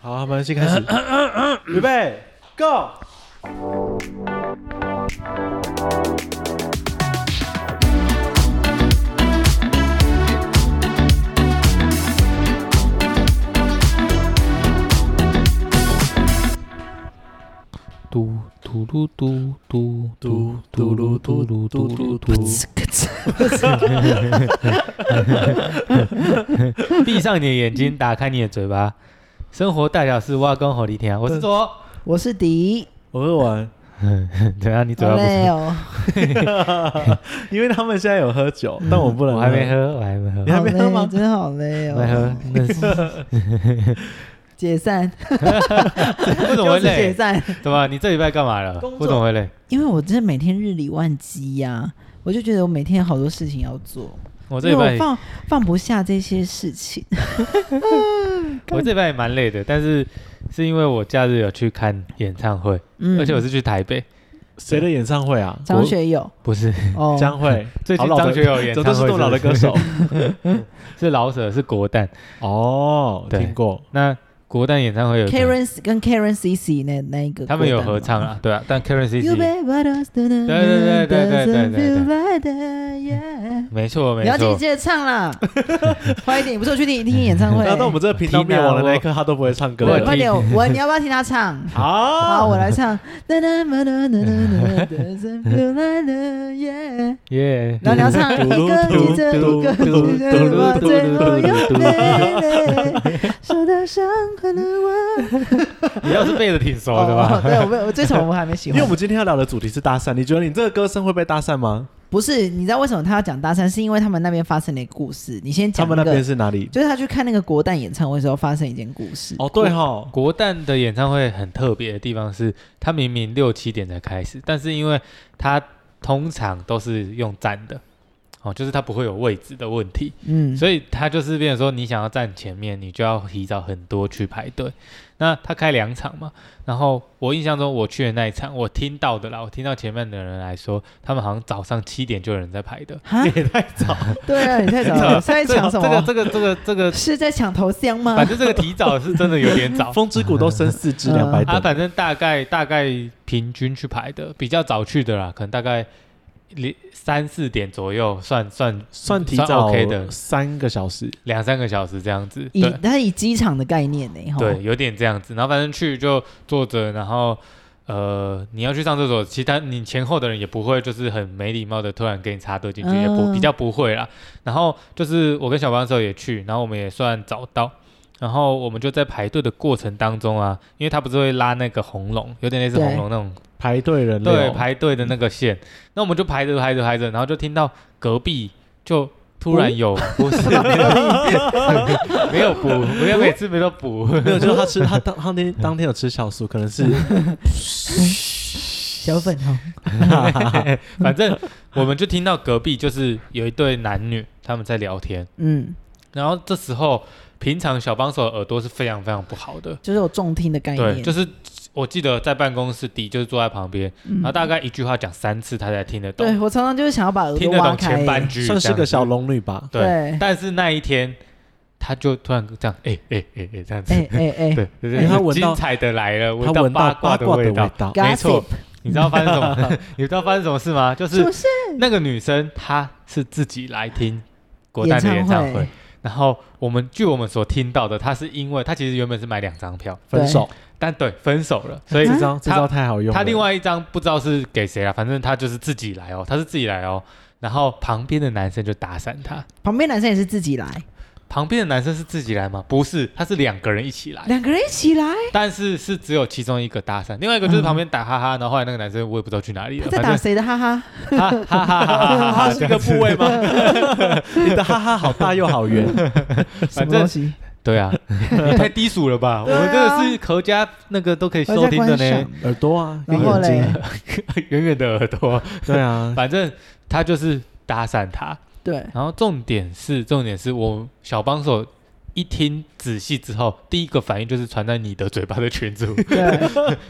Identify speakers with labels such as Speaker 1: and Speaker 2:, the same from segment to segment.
Speaker 1: 好，我们先开 始，预备，Go！
Speaker 2: 嘟嘟噜嘟嘟
Speaker 1: 嘟嘟噜嘟噜嘟噜嘟，
Speaker 2: 闭上你的眼睛，打开你的嘴巴。生活大小事，挖工好你听。啊我是说，
Speaker 3: 我是迪，
Speaker 1: 我是 玩，
Speaker 2: 怎啊样？你嘴
Speaker 3: 好
Speaker 2: 巴不
Speaker 3: 累
Speaker 2: 是？
Speaker 3: 哦，
Speaker 1: 因为他们现在有喝酒，但我不能，
Speaker 2: 嗯我还没，喝，我还没喝
Speaker 1: 你，还没喝吗
Speaker 3: 好累真好累
Speaker 2: 我还没
Speaker 3: 哦，
Speaker 2: 喝。 那是
Speaker 3: 解散，
Speaker 2: 为什
Speaker 3: 就
Speaker 2: 么会
Speaker 3: 是解
Speaker 2: 累？
Speaker 3: 散，
Speaker 2: 怎么？你这礼拜干嘛了？
Speaker 1: 工作
Speaker 2: 为什么会累？
Speaker 3: 因为我真的每天日理万机呀、我就觉得我每天有好多事情要做，
Speaker 2: 我
Speaker 3: 我
Speaker 2: 这礼
Speaker 3: 我
Speaker 2: 拜，
Speaker 3: 放放不下这些事 情。
Speaker 2: 我这礼拜也蛮累的，但是是因为我假日有去看演唱会，
Speaker 3: 嗯
Speaker 2: 而且我是去台北，
Speaker 1: 谁的演唱会啊？
Speaker 3: 张学友
Speaker 2: 不是
Speaker 3: 哦，
Speaker 1: 江蕙，
Speaker 2: 最近
Speaker 1: 好老的
Speaker 2: 张学友演
Speaker 1: 这
Speaker 2: 唱
Speaker 1: 都
Speaker 2: 会
Speaker 1: 是
Speaker 2: 是
Speaker 1: 多老的歌 手
Speaker 2: 是老舍，是国蛋。
Speaker 1: 哦，
Speaker 2: 对
Speaker 1: 听过，
Speaker 2: 那国蛋演唱会有
Speaker 3: Karen C- 跟 Karen CC 那那一个，
Speaker 2: 他们有合唱啊，。对啊，但 Karen C
Speaker 3: You
Speaker 2: C
Speaker 3: bet what else do 对
Speaker 2: 对对对对对对
Speaker 3: yeah.
Speaker 2: 没错没
Speaker 3: 你要记
Speaker 2: 错，
Speaker 3: 记得唱 啦，快一点！不是我去听听演唱会，
Speaker 1: 那到我们这个频道灭亡的那一刻，他都不会唱歌
Speaker 2: 我
Speaker 3: 对，
Speaker 1: 了
Speaker 2: 有
Speaker 3: 快
Speaker 2: 听。
Speaker 3: 点！我你要不要听他唱？
Speaker 1: 好
Speaker 3: 好，，我来唱。然
Speaker 2: 耶！
Speaker 3: 后你要唱一个接着一个，我最后又被泪受到伤痕的我。
Speaker 2: 你要是背的挺熟的
Speaker 3: 哦，
Speaker 2: 吧？
Speaker 3: 对，我被我这首我还没喜
Speaker 1: 因为我
Speaker 3: 欢。
Speaker 1: 们今天要聊的主题是搭讪，你觉得你这个歌声会被搭讪吗？
Speaker 3: 不是，你知道为什么他要讲搭讪？是因为他们那边发生了一个故事。你先
Speaker 1: 他
Speaker 3: 讲
Speaker 1: 们
Speaker 3: 一
Speaker 1: 那边
Speaker 3: 个，
Speaker 1: 是哪里？
Speaker 3: 就是他去看那个国蛋演唱会的时候发生一件故事。
Speaker 1: 哦，对哈，
Speaker 2: 国蛋的演唱会很特别的地方是，他明明六七点才开始，但是因为他通常都是用站的，哦，就是他不会有位置的问题，
Speaker 3: 嗯，
Speaker 2: 所以他就是变成说，你想要站前面，你就要提早很多去排队。那他开两场嘛，然后我印象中我去的那一场，我听到的啦，我听到前面的人来说，他们好像早上七点就有人在排的，
Speaker 3: 哈，
Speaker 1: 也太早，
Speaker 3: 对啊，你在讲什么在
Speaker 2: 这个
Speaker 3: 抢什
Speaker 2: 这个
Speaker 3: 么？
Speaker 2: 这个这个这个，
Speaker 3: 是在抢头香 吗
Speaker 2: 反？正这个提早是真的有点早。
Speaker 1: 风之谷都升四只两百
Speaker 2: 啊，
Speaker 1: 等，
Speaker 2: 反正大概大概平均去排的，比较早去的啦，可能大概零三四点左右算算
Speaker 1: 算提
Speaker 2: 算
Speaker 1: 早
Speaker 2: OK 的
Speaker 1: 三个小时。
Speaker 2: 两三个小时这样子。
Speaker 3: 以
Speaker 2: 对，
Speaker 3: 它是以机场的概念呢，哈，
Speaker 2: 对，有点这样子。然后反正去就坐着，然后呃，你要去上厕所，其他你前后的人也不会就是很没礼貌的突然给你插队进去，也不
Speaker 3: 嗯
Speaker 2: 比较不会啦。然后就是我跟小王的时候也去，然后我们也算早到。然后我们就在排队的过程当中啊，因为他不是会拉那个红龙，有点类似
Speaker 3: 对
Speaker 2: 红龙那种
Speaker 1: 排队人流
Speaker 2: 对排队的那个线，那我们就排着排着排着，然后就听到隔壁就突然有，不是没有 没有补，不要每次没有补，
Speaker 1: 没有，就是他吃他当他那当天有吃小薯，可能是
Speaker 3: 嗯小粉红，
Speaker 2: 反正我们就听到隔壁就是有一对男女他们在聊天，
Speaker 3: 嗯，
Speaker 2: 然后这时候平常小帮手的耳朵是非常非常不好的，
Speaker 3: 就是有重听的概
Speaker 2: 对，
Speaker 3: 念，
Speaker 2: 就是是我记得在办公室底就是坐在旁边，然啊后大概一句话讲三次他才听得
Speaker 3: 嗯对
Speaker 2: 懂，
Speaker 3: 我常常就是想要把耳
Speaker 2: 听
Speaker 3: 朵
Speaker 2: 得
Speaker 3: 挖
Speaker 2: 懂
Speaker 3: 开
Speaker 2: 前半
Speaker 3: 欸，
Speaker 2: 句，
Speaker 1: 算是
Speaker 2: 这样
Speaker 1: 个
Speaker 2: 子
Speaker 1: 小龙女吧。
Speaker 2: 对
Speaker 3: 对，
Speaker 2: 但是那一天他就突然这样，哎哎哎哎这样子，
Speaker 3: 哎哎哎
Speaker 2: 对，对
Speaker 1: 因为
Speaker 2: 对，
Speaker 1: 他闻到
Speaker 2: 精彩的来了，
Speaker 1: 他
Speaker 2: 到
Speaker 1: 闻
Speaker 2: 八
Speaker 1: 到
Speaker 2: 卦
Speaker 1: 八
Speaker 2: 的
Speaker 1: 卦的
Speaker 2: 道
Speaker 1: 味。道，
Speaker 2: 没错
Speaker 3: ，gossip，
Speaker 2: 你知道发生什么？ 你知道发生什么事吗？就是
Speaker 3: 就是
Speaker 2: 那个女生她是自己来听国蛋的演唱会，，然后我们据我们所听到的，她是因为她其实原本是买两张票，
Speaker 1: 分手。
Speaker 2: 但对分手了，所以
Speaker 1: 这张这
Speaker 2: 他
Speaker 1: 招太好用了。
Speaker 2: 她另外一张不知道是给谁了，反正她就是自己来哦，她是自己来哦，然后旁边的男生就打散她。
Speaker 3: 旁边男生也是自己来，
Speaker 2: 旁边的男生是自己来吗？不是，他是两个人一起来，
Speaker 3: 两个人一起来，
Speaker 2: 但是是只有其中一个搭讪，另外一个就是
Speaker 3: 嗯
Speaker 2: 旁边打哈哈，然后后来那个男生我也不知道去哪里
Speaker 3: 他
Speaker 2: 了，
Speaker 3: 在
Speaker 2: 反
Speaker 3: 打
Speaker 2: 正
Speaker 3: 谁的哈哈？
Speaker 2: 哈哈哈哈哈哈哈
Speaker 1: 他
Speaker 2: 哈
Speaker 1: 是一个部位 吗？你的哈哈好大又好 圆，
Speaker 3: 什么东西？
Speaker 2: 对啊， 你太低俗了吧？我
Speaker 3: 对啊
Speaker 2: 们这个是合家那个都可以
Speaker 3: 我
Speaker 2: 收
Speaker 3: 在
Speaker 2: 听的
Speaker 3: 观
Speaker 2: 呢
Speaker 3: 赏，，
Speaker 1: 耳朵啊，
Speaker 3: 然后
Speaker 1: 跟眼睛
Speaker 3: 嘞，
Speaker 2: 远远的耳朵，
Speaker 1: 对啊，
Speaker 2: 反正他就是搭讪他，
Speaker 3: 对，
Speaker 2: 然后重点是重点是我小帮手。一听仔细之后，第一个反应就是传在你的嘴巴的群组，
Speaker 3: 对，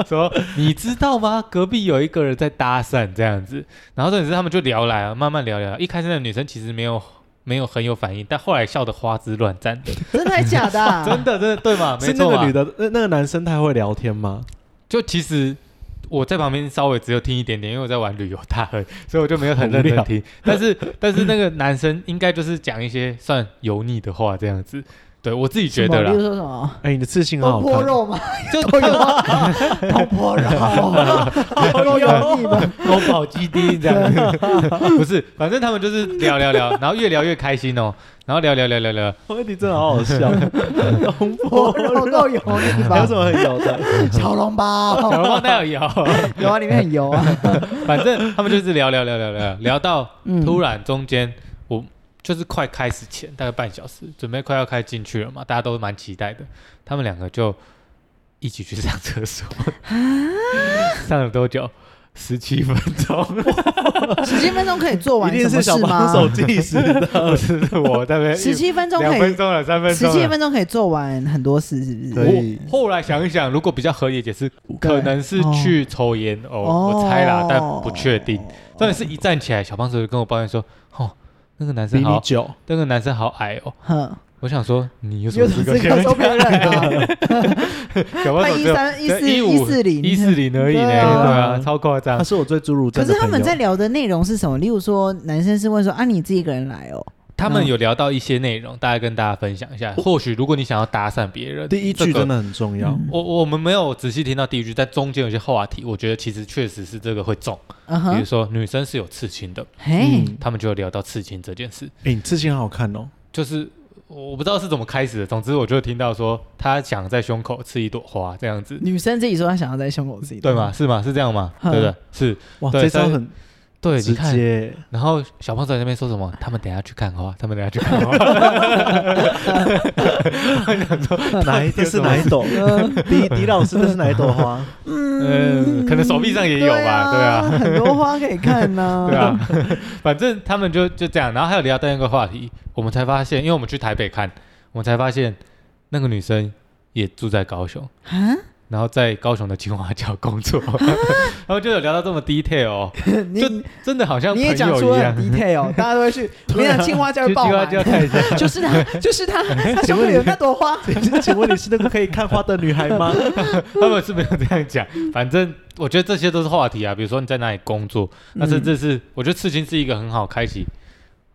Speaker 2: 说你知道吗？隔壁有一个人在搭讪这样子，然后重点是他们就聊来啊，慢慢聊聊。一开始那个女生其实没有没有很有反应，但后来笑得花枝乱颤的，
Speaker 3: 真的还假的啊？
Speaker 2: 真的真的对嘛？没
Speaker 1: 是那
Speaker 2: 错啊
Speaker 1: 个
Speaker 2: 嘛
Speaker 1: 女。的，那那个男生他会聊天吗？
Speaker 2: 就其实我在旁边稍微只有听一点点，因为我在玩旅游大会，所以我就没有很认
Speaker 1: 好无聊
Speaker 2: 真听。但是 但是那个男生应该就是讲一些算油腻的话这样子。对我自己觉得
Speaker 3: 什么
Speaker 2: 啦
Speaker 3: 例如，说什么？
Speaker 1: 哎、你的刺青很
Speaker 3: 东
Speaker 1: 好
Speaker 3: 坡
Speaker 1: 看，
Speaker 3: 肉吗？就都有啊，东坡肉，
Speaker 2: 哦
Speaker 3: 都有你们。
Speaker 2: 宫保鸡丁这样子， 不是，反正他们就是聊聊聊，然后越聊越开心哦，然后聊聊聊聊聊，
Speaker 1: 我哦觉得你真的好好 笑。东 坡
Speaker 3: 哦肉够油腻
Speaker 1: 还有
Speaker 3: 吧
Speaker 1: 什？么很有的？
Speaker 3: 小笼 包
Speaker 2: 小笼包那有摇，
Speaker 3: 有啊，里面很油啊。
Speaker 2: 反正他们就是聊聊聊聊聊聊到
Speaker 3: 嗯
Speaker 2: 突然中间，我就是快开始前大概半小时，准备快要开进去了嘛，大家都蛮期待的。他们两个就一起去上厕所，
Speaker 3: 啊
Speaker 2: 上了多久？十七分钟，
Speaker 3: 十七分钟可以做完
Speaker 1: 一定
Speaker 3: 什
Speaker 1: 是
Speaker 3: 么
Speaker 1: 小
Speaker 3: 事
Speaker 1: 帮手
Speaker 3: 吗？
Speaker 1: 计时 的，
Speaker 2: 是我在那边
Speaker 3: 十七分钟
Speaker 2: 两
Speaker 3: 可
Speaker 2: 分
Speaker 3: 以，
Speaker 2: 钟了，三分钟啊
Speaker 3: 十
Speaker 2: 了，
Speaker 3: 七分钟可以做完很多事，是不
Speaker 1: 可
Speaker 3: 是？
Speaker 1: 以
Speaker 2: 我后来想一想，如果比较合理的解释，可能是去抽烟哦，
Speaker 3: 哦
Speaker 2: 我猜啦，但不确定。重点是一站起来，小胖子就跟我抱怨说：“哦，那个男
Speaker 1: 比
Speaker 2: 生
Speaker 1: 你
Speaker 2: 好，
Speaker 1: 久。
Speaker 2: 那个男生好矮哦。
Speaker 3: 哼，”
Speaker 2: 我想说，你有什
Speaker 3: 有
Speaker 2: 么
Speaker 3: 什
Speaker 2: 资
Speaker 3: 么
Speaker 2: 格
Speaker 3: 资 格说别人 啊？
Speaker 2: 小胖
Speaker 3: 他
Speaker 2: 子
Speaker 3: 一
Speaker 2: 只有
Speaker 3: 三一
Speaker 2: 只有
Speaker 3: 四一
Speaker 2: 五
Speaker 3: 四零
Speaker 2: 啊一四零而已呢，
Speaker 3: 对
Speaker 2: 对
Speaker 3: 啊
Speaker 2: 啊，超夸
Speaker 1: 他
Speaker 2: 张。
Speaker 1: 是我最侏儒
Speaker 3: 可
Speaker 1: 症的朋
Speaker 3: 是
Speaker 1: 友。
Speaker 3: 他们在聊的内容是什么？例如说，男生是问说啊，你自己一个人来 哦，
Speaker 2: 他们有聊到一些内容，大概跟大家分享一下。或许如果你想要搭讪别人，
Speaker 1: 第一
Speaker 2: 这
Speaker 1: 句
Speaker 2: 个
Speaker 1: 真的很重要，
Speaker 3: 嗯
Speaker 2: 我我们没有仔细听到第一句，但中间有些话题，我觉得其实确实是这个会中。
Speaker 3: 嗯
Speaker 2: 比如
Speaker 3: 哼，
Speaker 2: 说女生是有刺青的，
Speaker 3: 嘿，
Speaker 1: 嗯
Speaker 2: 他们就有聊到刺青这件事。
Speaker 1: 哎、你刺青好好看哦，
Speaker 2: 就是我不知道是怎么开始的，总之我就听到说他想在胸口刺一朵花这样子，
Speaker 3: 女生自己说她想要在胸口自己
Speaker 2: 对吗？？是吗？是这样吗？对
Speaker 3: 嗯
Speaker 2: 不对？是，
Speaker 1: 哇，
Speaker 2: 对
Speaker 1: 这招
Speaker 2: 但是
Speaker 1: 很
Speaker 2: 对，
Speaker 1: 直
Speaker 2: 你看。
Speaker 1: 接。
Speaker 2: 然后小胖子在那边说什么？他们等一下去看花，他们等一下去看花。
Speaker 1: 哪 一这是哪一朵？李李老师这是哪一朵花？
Speaker 2: 嗯，可能手臂上也有
Speaker 3: 嗯
Speaker 2: 吧，对啊，
Speaker 3: 很多花可以看呢。
Speaker 2: 对啊，反正他们就就这样。然后还有聊到一个话题，我们才发现，因为我们去台北看，我们才发现那个女生也住在高雄。
Speaker 3: 啊，
Speaker 2: 然后在高雄的金华角工作， 然后就有聊到这么 detail 哦，
Speaker 3: 你
Speaker 2: 就真的好像
Speaker 3: 你
Speaker 2: 朋友
Speaker 3: 也
Speaker 2: 一
Speaker 3: 讲出了
Speaker 2: 样
Speaker 3: 很。detail，大家都会 去。我
Speaker 2: 啊
Speaker 3: 跟你讲，青蛙就会
Speaker 2: 去金
Speaker 3: 爆
Speaker 2: 华
Speaker 3: 满，
Speaker 2: 角看一下，
Speaker 3: 就是他，就是 他，他胸口有那朵花。
Speaker 1: 请问你是那个可以看花的女孩 吗？
Speaker 2: 他们是没有这样讲。反正我觉得这些都是话题啊，比如说你在哪里工作，
Speaker 3: 嗯
Speaker 2: 那甚至是我觉得刺青是一个很好开启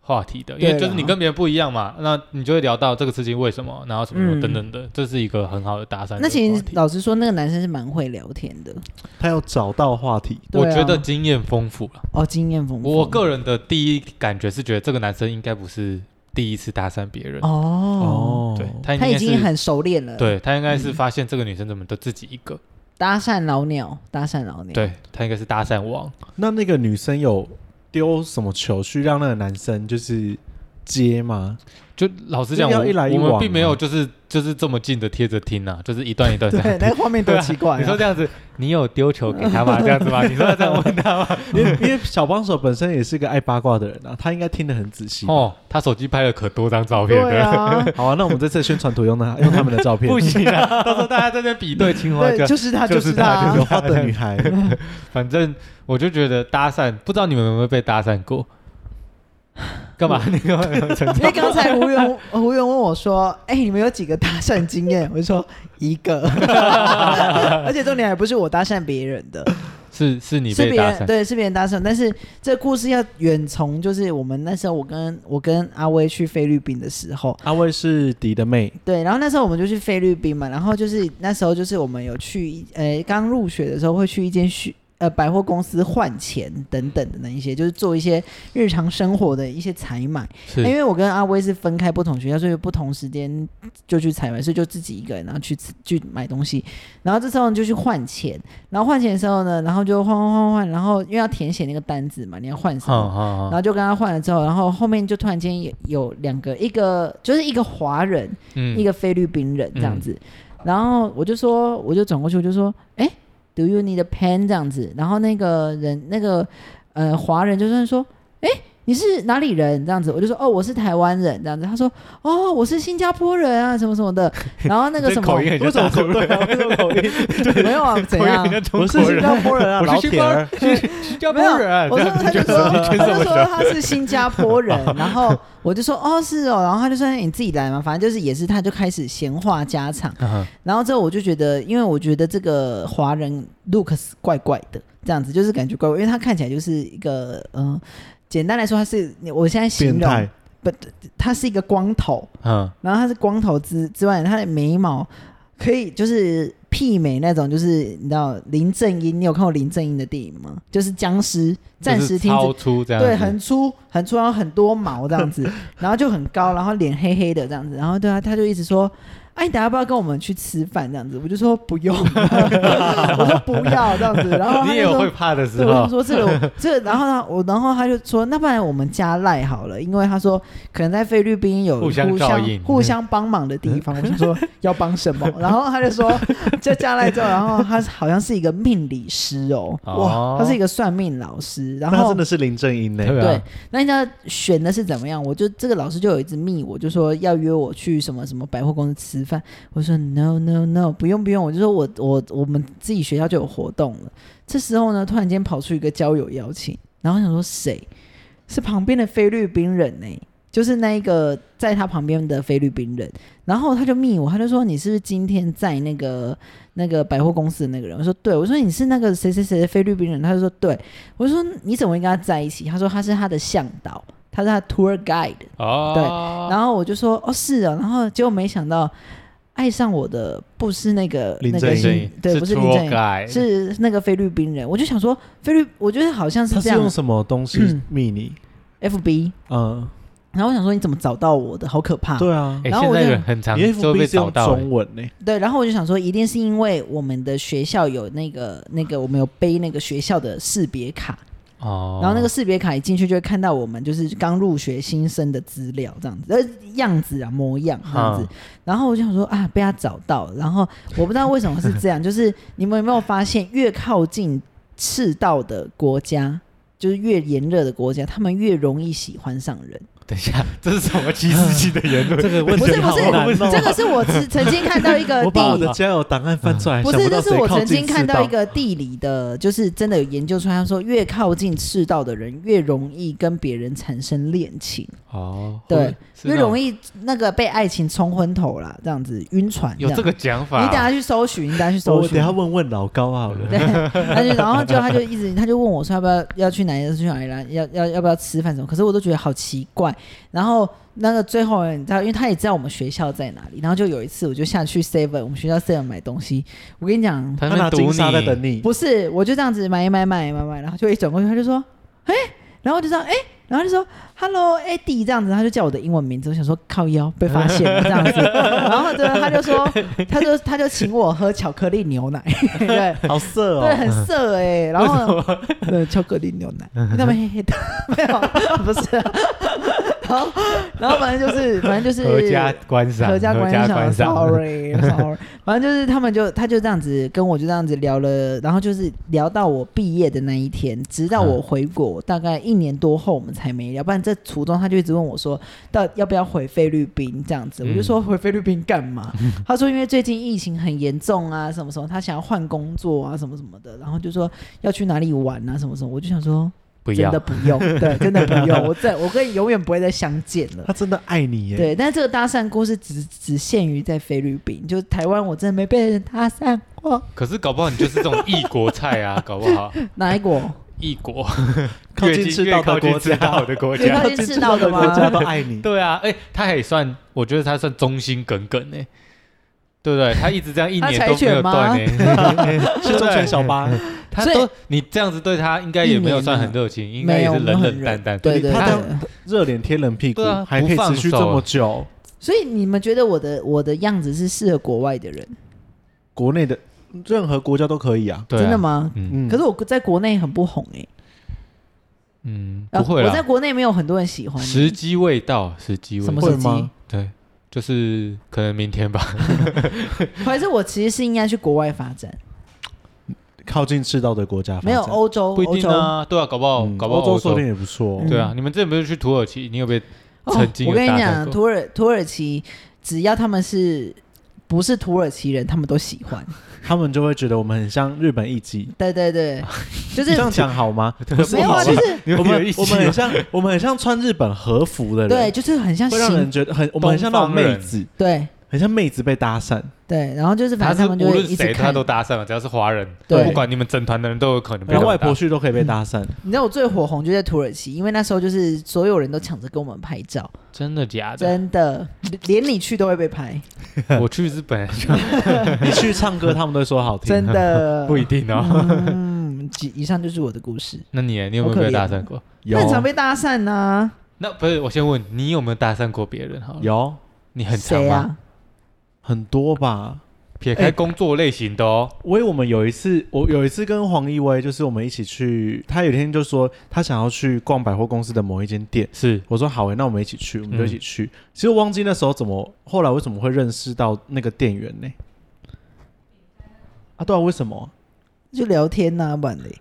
Speaker 2: 话题的，因为
Speaker 3: 对啊
Speaker 2: 就是你
Speaker 3: 啦
Speaker 2: 跟别人不一样嘛，那你就会聊到这个刺青为什么，然后什么什么
Speaker 3: 嗯
Speaker 2: 等等的，这是一个很好的搭讪的话题。
Speaker 3: 那其实啊老实说，那个男生是蛮会聊天的
Speaker 1: 他要找到话题，
Speaker 3: 对
Speaker 2: 我
Speaker 3: 啊
Speaker 2: 觉得经验丰富了。
Speaker 3: 哦，经验丰富。
Speaker 2: 我个人的第一感觉是觉得这个男生应该不是第一次搭讪别人，
Speaker 3: 哦，
Speaker 1: 哦，
Speaker 2: 对他应
Speaker 3: 他
Speaker 2: 该
Speaker 3: 已经
Speaker 2: 是
Speaker 3: 很嗯熟练了。，
Speaker 2: 对他应该是发现这个女生怎么都自己一个，
Speaker 3: 搭讪老鸟，搭讪老鸟。，
Speaker 2: 对他应该是搭讪王，
Speaker 1: 那那个女生有丢什么球去让那个男生就是接 吗？
Speaker 2: 就老实讲，
Speaker 1: 要
Speaker 2: 我
Speaker 1: 一来一
Speaker 2: 我
Speaker 1: 往
Speaker 2: 们
Speaker 1: 啊
Speaker 2: 并没有就是就是这么近的贴着听啊，就是一段一段 这
Speaker 3: 对
Speaker 2: 样，
Speaker 3: 那个画面多
Speaker 2: 对啊
Speaker 3: 奇怪啊。
Speaker 2: 你说这样子，你有丢球给 他吗？这样子吗？你说要这样问他吗？
Speaker 1: 因为因为小帮手本身也是个爱八卦的人啊，他应该听得很仔细。哦，
Speaker 2: 哦，他手机拍了可多张照片
Speaker 3: 对
Speaker 2: 的，
Speaker 3: 啊，
Speaker 1: 好啊，那我们这次的宣传图用 他用他们的照片
Speaker 2: 不，行啊！ 到时候大家在那边比对青 蛙
Speaker 3: 对，
Speaker 2: 就，
Speaker 3: 就是他，
Speaker 2: 就是
Speaker 1: 是他就是
Speaker 3: 他。
Speaker 1: 花的女 孩，
Speaker 2: 反正我就觉得搭讪，不知道你们有没有被搭讪 过？干嘛？你干嘛？
Speaker 3: 因为刚才胡源胡源问我说：“哎、你们有几个搭讪经验？”我就说一个，而且重点还不是我搭讪别人的，
Speaker 2: 是是你
Speaker 3: 是
Speaker 2: 被
Speaker 3: 别
Speaker 2: 搭
Speaker 3: 人
Speaker 2: 讪？
Speaker 3: 对，是别人搭讪。但是这故事要远从就是我们那时候我跟我跟阿威去菲律宾的时候，
Speaker 1: 阿威是迪的妹，
Speaker 3: 对，然后那时候我们就去菲律宾嘛，然后就是那时候就是我们有去一，呃，刚入学的时候会去一间去呃百货公司换钱等等的那一些，就是做一些日常生活的一些采买。
Speaker 2: 是
Speaker 3: 因为我跟阿威是分开不同学校，所以不同时间就去采买，所以就自己一个人，然后去吃去买东西。然后这时候就去换钱，然后换钱的时候呢，然后就换换换换，然后因为要填写那个单子嘛，你要换什么？
Speaker 2: 好好
Speaker 3: 然
Speaker 2: 好，
Speaker 3: 后就跟他换了之后，然后后面就突然间有有两个，一个就是一个华人，
Speaker 2: 嗯
Speaker 3: 一个菲律宾人这样子。然后我就说，我就转过去，我就说，哎、d o you need a pen？这样子。然后那个人，那个呃华人就算说，哎、你是哪里人？”这样子，我就说：“哦，我是台湾人。”这样子，他说：“哦，我是新加坡人啊，什么什么 的。”然后那个
Speaker 2: 这
Speaker 3: 什么
Speaker 2: 口，音很像
Speaker 1: 为什么
Speaker 2: 大
Speaker 1: 口
Speaker 2: 陆
Speaker 1: 对
Speaker 2: 人，
Speaker 1: 啊？为什么口音？
Speaker 3: 没有 啊，怎
Speaker 2: 口音
Speaker 3: 样
Speaker 2: 很？像中
Speaker 1: 我是
Speaker 2: 国
Speaker 1: 新
Speaker 2: 人，
Speaker 1: 加坡人啊，
Speaker 2: 我是
Speaker 1: 老
Speaker 2: 新
Speaker 1: 铁
Speaker 2: 加
Speaker 1: 儿。
Speaker 2: 新加
Speaker 3: 没
Speaker 2: 坡
Speaker 3: 有，
Speaker 2: 人，
Speaker 3: 我
Speaker 2: 这
Speaker 3: 说
Speaker 2: 样
Speaker 3: 他就
Speaker 2: 你觉
Speaker 3: 说
Speaker 2: 得你觉
Speaker 3: 他
Speaker 2: 得
Speaker 3: 就
Speaker 2: 我
Speaker 3: 说他是新加坡人， 然后我就说哦是哦，然后他就说你自己来嘛，反正就是也是他就开始闲话家常，
Speaker 2: 嗯
Speaker 3: 然后之后我就觉得，因为我觉得这个华人 Lucas 怪怪的，这样子就是感觉怪怪，因为他看起来就是一个嗯、呃简单来说他是我现在形
Speaker 1: 变态
Speaker 3: 容，他是一个光头，
Speaker 2: 嗯，
Speaker 3: 然后他是光头之之外，他的眉毛可以就是媲美那种，就是你知道林正英，你有看过林正英的电影吗？就是僵尸暂
Speaker 2: 就是
Speaker 3: 时停
Speaker 2: 超
Speaker 3: 止。
Speaker 2: 出这样子，
Speaker 3: 对，很粗，很粗，然后很多毛这样 子，然后就很高，然后脸黑黑的这样子，然后对啊，他就一直说，哎、你等下要不要跟我们去吃饭这样子？我就说不用， 我说不要这样子，然后他
Speaker 2: 你也
Speaker 3: 就
Speaker 2: 有会啊
Speaker 3: 说，
Speaker 2: 怕的时
Speaker 3: 对，我就
Speaker 2: 候，
Speaker 3: 说这个 我这个，然后呢，我然后他就说，那不然我们加赖好了，因为他说可能在菲律宾有
Speaker 2: 互
Speaker 3: 互
Speaker 2: 相
Speaker 3: 相
Speaker 2: 照应
Speaker 3: 互相帮忙的地方，我想说要帮什 么，然后他就说就加赖之后，然后他好像是一个命理师哦，
Speaker 2: 哦
Speaker 3: 哇，他是一个算命老师，然
Speaker 1: 那他
Speaker 3: 后
Speaker 1: 真的是林正英呢？
Speaker 2: 对啊
Speaker 3: 对，那你知道选的是怎么样？我就这个老师就有一直密我，就说要约我去什么什么百货公司吃饭。我说 no no no，不用不用，我就说我我我们自己学校就有活动了。这时候呢，突然间跑出一个交友邀请，然后我想说谁？是旁边的菲律宾人呢、就是那一个在他旁边的菲律宾人。然后他就密我，他就说你是不是今天在那个那个百货公司的那个人？我说对，我说你是那个谁谁谁的菲律宾人，他就说对。我说你怎么会跟他在一起？他说他是他的向导，他是他的 tour guide。
Speaker 2: 哦，
Speaker 3: 然后我就说哦是哦，然后结果没想到爱上我的不是那个
Speaker 1: 林
Speaker 3: 那
Speaker 1: 正
Speaker 3: 个
Speaker 1: 英
Speaker 3: 新对，不是
Speaker 2: 是
Speaker 3: 林
Speaker 2: tour
Speaker 3: 正英，
Speaker 2: guide
Speaker 3: 是那个菲律宾人。我就想说菲律，我觉得好像
Speaker 1: 他
Speaker 3: 这
Speaker 1: 是
Speaker 3: 样
Speaker 1: 用什么东西密你？
Speaker 3: FB。
Speaker 1: 嗯，
Speaker 3: 然后我想说你怎么找到我的？好可怕。
Speaker 1: 对啊，
Speaker 2: 哎，
Speaker 3: 然后
Speaker 2: 现
Speaker 3: 我
Speaker 2: 在
Speaker 3: 就
Speaker 2: 人很常
Speaker 1: 你
Speaker 2: 都会被
Speaker 1: FB 是
Speaker 2: 找
Speaker 1: 用
Speaker 2: 到，
Speaker 3: 欸
Speaker 2: 哎
Speaker 1: 中 文呢？
Speaker 3: 对，然后我就想说，一定是因为我们的学校有那个那个，我们有背那个学校的识别卡，
Speaker 2: 哦，
Speaker 3: 然后那个识别卡一进去就会看到我们就是刚入学新生的资料这样子，呃，样子啊模样这样子
Speaker 2: 哈。
Speaker 3: 然后我就想说啊，被他找到了，然后我不知道为什么是这样，就是你们有没有发现，越靠近赤道的国家，就是越炎热的国家，他们越容易喜欢上 人。
Speaker 2: 等一下， 这是什么歧视性的言论？
Speaker 1: 这个问
Speaker 3: 不
Speaker 1: 题
Speaker 3: 是不
Speaker 1: 好难
Speaker 3: 是，
Speaker 1: 哦
Speaker 3: 这个是我曾曾经看到一个
Speaker 1: 我
Speaker 3: 电
Speaker 1: 把我
Speaker 3: 影
Speaker 1: 的交友档案翻出来，
Speaker 3: 不
Speaker 1: 想
Speaker 3: 是，
Speaker 1: 到
Speaker 3: 这
Speaker 1: 谁
Speaker 3: 是我
Speaker 1: 靠
Speaker 3: 曾
Speaker 1: 近
Speaker 3: 经看到
Speaker 1: 赤
Speaker 3: 一
Speaker 1: 道
Speaker 3: 个地理的，就是真的有研究出来，他说越靠近赤道的人越容易跟别人产生恋情，
Speaker 2: 哦，
Speaker 3: 对，
Speaker 2: 是
Speaker 3: 越
Speaker 2: 那种
Speaker 3: 容易那个被爱情冲昏头啦，这样子晕船。
Speaker 2: 有这
Speaker 3: 样
Speaker 2: 个讲法。啊哦
Speaker 3: 你等下去搜寻，你等下去
Speaker 1: 我
Speaker 3: 搜
Speaker 1: 哦等一
Speaker 3: 寻
Speaker 1: 下。问问老高好了。
Speaker 3: 对，他就然后就他就一直他就问我说要不要要去哪里要去哪里啦，要要要不要吃饭什么？可是我都觉得好奇怪。然后那个最后你知道，因为他也知道我们学校在哪里，然后就有一次我就下去 Seven 我们学校 Seven 买东西，我跟你讲，
Speaker 2: 他
Speaker 1: 他
Speaker 2: 们
Speaker 1: 拿
Speaker 2: 堵
Speaker 1: 金
Speaker 2: 你，
Speaker 1: 沙在等你，
Speaker 3: 不是，我就这样子买买买买买，然后就一转过去，他就说，哎、然后我就说，哎、然后就说 Hello Eddie 这样子，他就叫我的英文名字，我想说靠腰被发现了这样 子，然后呢他就说，他就他就请我喝巧克力牛奶， 对。
Speaker 1: 好色
Speaker 3: 对，
Speaker 1: 哦！
Speaker 3: 很色哎、然后对巧克力牛奶，那么黑黑的， 没有，不是、 然后，然后反正就是，反正就是
Speaker 2: 合家观赏，
Speaker 3: 合家观赏哦
Speaker 2: 观
Speaker 3: s o r r y sorry，反正就是他们就他就这样子跟我就这样子聊了，然后就是聊到我毕业的那一天，直到我回国、大概一年多后我们才没聊，不然这途中他就一直问我说，到要不要回菲律宾这样子，我就说回菲律宾干嘛？他说因为最近疫情很严重啊，什么什么，他想要换工作啊，什么什么的，然后就说要去哪里玩啊，什么什么，我就想说
Speaker 2: 不
Speaker 3: 真
Speaker 2: 要
Speaker 3: 的不用，对，真的不用，我再我跟你永远不会再相见了
Speaker 1: 他。真的爱你耶！
Speaker 3: 对，但这个搭讪故事只只限于在菲律宾，就台湾我真的没被人搭讪过。
Speaker 2: 可是搞不好你就是这种异国菜啊， 搞不好
Speaker 3: 哪一国？
Speaker 2: 异国
Speaker 1: 靠
Speaker 2: 越
Speaker 1: 近赤道
Speaker 2: 越靠
Speaker 1: 的
Speaker 2: 近
Speaker 1: 国
Speaker 2: 赤道
Speaker 1: 家，
Speaker 2: 的 国
Speaker 3: 越
Speaker 2: 家
Speaker 3: 靠，
Speaker 1: 靠
Speaker 3: 近
Speaker 1: 近
Speaker 3: 赤
Speaker 1: 赤
Speaker 3: 道
Speaker 1: 道
Speaker 3: 的
Speaker 1: 的
Speaker 3: 吗
Speaker 1: 国家都爱你。
Speaker 2: 对啊，哎、他也算，我觉得他算忠心耿耿哎、对不对？他一直这样一
Speaker 3: 他
Speaker 2: 年
Speaker 3: 柴
Speaker 2: 都没有
Speaker 3: 犬吗
Speaker 2: 断哎、
Speaker 1: 是忠犬小八，
Speaker 2: 他
Speaker 3: 所以嗯
Speaker 2: 都你这样子对他，应该也没有算很热情， 应该
Speaker 3: 没
Speaker 2: 也
Speaker 3: 有
Speaker 2: 是
Speaker 3: 我
Speaker 2: 冷
Speaker 3: 们很
Speaker 2: 冷
Speaker 3: 热
Speaker 2: 淡淡。
Speaker 3: 对对
Speaker 1: 他
Speaker 2: 他
Speaker 1: 这
Speaker 3: 对
Speaker 1: 样。热脸贴冷屁股
Speaker 2: 对啊，
Speaker 1: 还可以持续这么久。
Speaker 3: 所以你们觉得我的我的样子是适合国外的人，
Speaker 1: 国内的任何国家都可以啊。
Speaker 2: 对啊
Speaker 3: 真的？吗？
Speaker 2: 嗯
Speaker 1: 嗯，
Speaker 3: 可是我在国内很不红哎、
Speaker 2: 嗯，
Speaker 3: 呃
Speaker 2: 不会
Speaker 3: 我在
Speaker 2: 啦，
Speaker 3: 国内没有很多人喜欢。
Speaker 2: 时机未到，时机未
Speaker 3: 什么
Speaker 2: 到，
Speaker 1: 会
Speaker 3: 时机
Speaker 1: 吗？
Speaker 2: 对，就是可能明天吧。
Speaker 3: 还是我其实是应该去国外发展？
Speaker 1: 靠近赤道的国家发展，
Speaker 3: 没有欧洲，
Speaker 2: 不一
Speaker 3: 哦欧
Speaker 2: 定
Speaker 3: 洲
Speaker 2: 啊，对啊，搞不好
Speaker 1: 嗯
Speaker 2: 哦搞不好
Speaker 1: 欧洲说不
Speaker 2: 洲
Speaker 1: 定也不错。
Speaker 3: 嗯哦
Speaker 2: 对啊，你们之前不是去土耳其，你有没有曾经
Speaker 3: 我
Speaker 2: 有
Speaker 3: 跟你
Speaker 2: 搭讪
Speaker 3: 讲，
Speaker 2: 过？
Speaker 3: 土耳土耳其，只要他们是不是土耳其人，他们都喜欢。
Speaker 1: 他们就会觉得我们很像日本艺妓，
Speaker 3: 对对对， 就是
Speaker 1: 这样讲好吗？不是
Speaker 3: 没有
Speaker 1: 好
Speaker 3: 啊，
Speaker 1: 啊
Speaker 3: 就是
Speaker 2: 你
Speaker 1: 我
Speaker 2: 们有一
Speaker 1: 们
Speaker 2: 起
Speaker 1: 我们很
Speaker 2: 吗
Speaker 1: 像我们很像穿日本和服的人，
Speaker 3: 对，，就是很像
Speaker 1: 会让人
Speaker 3: 行，
Speaker 1: 觉得哦很我们很像那种
Speaker 2: 东方人
Speaker 1: 妹子，
Speaker 3: 对
Speaker 1: 很像妹子被搭讪。
Speaker 3: 对，然后就是反
Speaker 2: 他
Speaker 3: 正
Speaker 2: 是
Speaker 3: 们就
Speaker 2: 无
Speaker 3: 会
Speaker 2: 论
Speaker 3: 一直
Speaker 2: 谁他
Speaker 3: 看
Speaker 2: 都。搭讪了，只要是华人，
Speaker 3: 对
Speaker 2: 不管你们整团的人都有可能被
Speaker 1: 然后外
Speaker 2: 搭讪
Speaker 1: 婆去都可以被搭 讪，
Speaker 3: 你知道我最火红就在土耳其，因为那时候就是所有人都抢着跟我们拍 照，
Speaker 2: 真的假的？
Speaker 3: 真的，连你去都会被 拍，
Speaker 2: 我去日本
Speaker 1: 你去唱歌，他们都会说好听。
Speaker 3: 真的。
Speaker 2: 不一定哦。
Speaker 3: 嗯，以以上就是我的故事。
Speaker 2: 那你呢你有没有
Speaker 3: 好可
Speaker 2: 被
Speaker 3: 怜
Speaker 2: 搭讪过？
Speaker 1: 有
Speaker 3: 很常被搭讪啊呐、
Speaker 2: 那不是我先问你有没有搭讪过别人？好了，
Speaker 1: 有
Speaker 2: 你很常
Speaker 3: 谁
Speaker 2: 吗？
Speaker 3: 啊？
Speaker 1: 很多吧。
Speaker 2: 撇开工作类型的哦，
Speaker 1: 我以为我们有一次，我有一次跟黄奕威，就是我们一起去，他有一天就说他想要去逛百货公司的某一间店，
Speaker 2: 是
Speaker 1: 我说好诶、那我们一起去，我们就
Speaker 2: 嗯
Speaker 1: 一起去。其实我忘记那时候怎么，后来为什么会认识到那个店员呢？啊，对啊，为什么？
Speaker 3: 就聊天呐、不然嘞，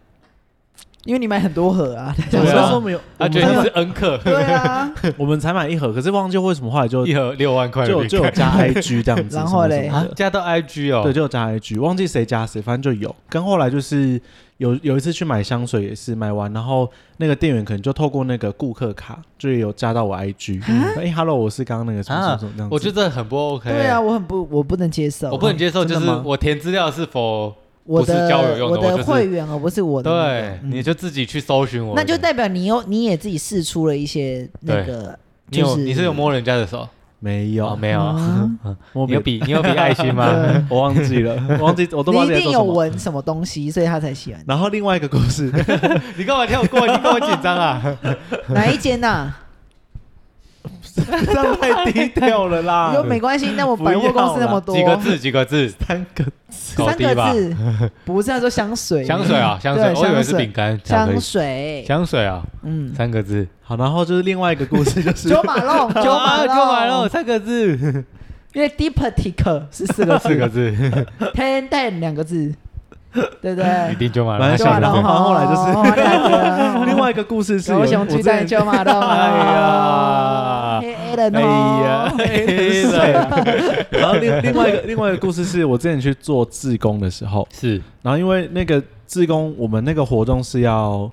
Speaker 3: 因为你买很多盒啊，
Speaker 1: 我
Speaker 2: 啊
Speaker 1: 们那时候没有，我
Speaker 2: 他
Speaker 1: 们
Speaker 2: 觉得
Speaker 1: 才
Speaker 2: 你是恩客，
Speaker 3: 对啊，
Speaker 1: 买我们才买一盒，可是忘记为什么后来就
Speaker 2: 一盒六万块的
Speaker 1: 就有
Speaker 2: 饼
Speaker 1: 就有 加 IG 这样子，
Speaker 3: 然后
Speaker 1: 什
Speaker 3: 嘞
Speaker 1: 么什么
Speaker 2: 啊
Speaker 1: 的，
Speaker 2: 加到 IG 哦，
Speaker 1: 对，就有加 IG，忘记谁加谁，反正就有。跟后来就是有有一次去买香水也是买完，然后那个店员可能就透过那个顾客卡，就有加到我 IG，哎、h e
Speaker 3: 啊
Speaker 1: l l o 我是刚刚那个什么什么什么这样子。
Speaker 2: 啊我觉得很不 OK。
Speaker 3: 对啊，，我很不，我不能接受，啊
Speaker 2: 我不能接受，就
Speaker 1: 真
Speaker 2: 是
Speaker 1: 的吗
Speaker 2: 我填资料是否
Speaker 3: 我
Speaker 2: 不
Speaker 3: 的
Speaker 2: 是交友用的
Speaker 3: 我
Speaker 2: 我就
Speaker 3: 的
Speaker 2: 是
Speaker 3: 会员啊而不是我的那个、
Speaker 2: 对，你就自己去搜寻我的，
Speaker 3: 那就代表你有你也自己试出了一些那个，
Speaker 2: 你有
Speaker 3: 就是
Speaker 2: 你是有摸人家的手？
Speaker 1: 没
Speaker 2: 哦
Speaker 1: 有，
Speaker 2: 没有啊，
Speaker 3: 啊
Speaker 1: 我
Speaker 2: 你有比你有比爱心吗？
Speaker 1: 我忘记 了，我忘记我都
Speaker 3: 你
Speaker 1: 忘
Speaker 3: 一
Speaker 1: 记在
Speaker 3: 定
Speaker 1: 做
Speaker 3: 有
Speaker 1: 什么。
Speaker 3: 闻什么东西，所以他才喜欢
Speaker 1: 然后另外一个故 事，
Speaker 2: 你干嘛跳过？你干嘛紧张啊？
Speaker 3: 你。 哪一间啊呐、
Speaker 1: 这样太低调了啦。
Speaker 2: 啊
Speaker 3: 有没关系，那我百货公司那么多，
Speaker 2: 几个字，几个字，
Speaker 1: 三个
Speaker 2: 搞
Speaker 3: 三
Speaker 2: 定吧
Speaker 3: 个。字， 不是他说香水，
Speaker 2: 香水啊，香水，
Speaker 3: 对
Speaker 2: 我以为
Speaker 3: 香
Speaker 2: 是
Speaker 3: 水
Speaker 2: 饼干，巧克力
Speaker 3: 香水，
Speaker 2: 香水啊，
Speaker 3: 嗯，
Speaker 2: 三个字。
Speaker 1: 好，然后就是另外一个故事，就是
Speaker 3: 九马龙， 九马
Speaker 2: 啊
Speaker 3: 龙，
Speaker 2: 九马龙，三个字，
Speaker 3: 因为 Deepatic 是四个字
Speaker 2: 四个字，
Speaker 3: ，Ten Ten 两个字，对不
Speaker 2: 一
Speaker 3: 对？
Speaker 2: 定九马
Speaker 1: 蛮
Speaker 2: 龙，
Speaker 3: 九
Speaker 1: 想
Speaker 3: 马
Speaker 1: 的
Speaker 3: 龙
Speaker 2: 三个字。
Speaker 1: 然后后来就是
Speaker 3: 哦是
Speaker 1: 另外一个故事是有
Speaker 3: 高雄巨蛋九马龙，啊
Speaker 2: 哎呀
Speaker 3: 嘿 a l a
Speaker 2: 哎呀，哎黑色
Speaker 1: 然后另另外一个另外一个故事是我之前去做志工的时候，
Speaker 2: 是
Speaker 1: 然后因为那个志工，我们那个活动是要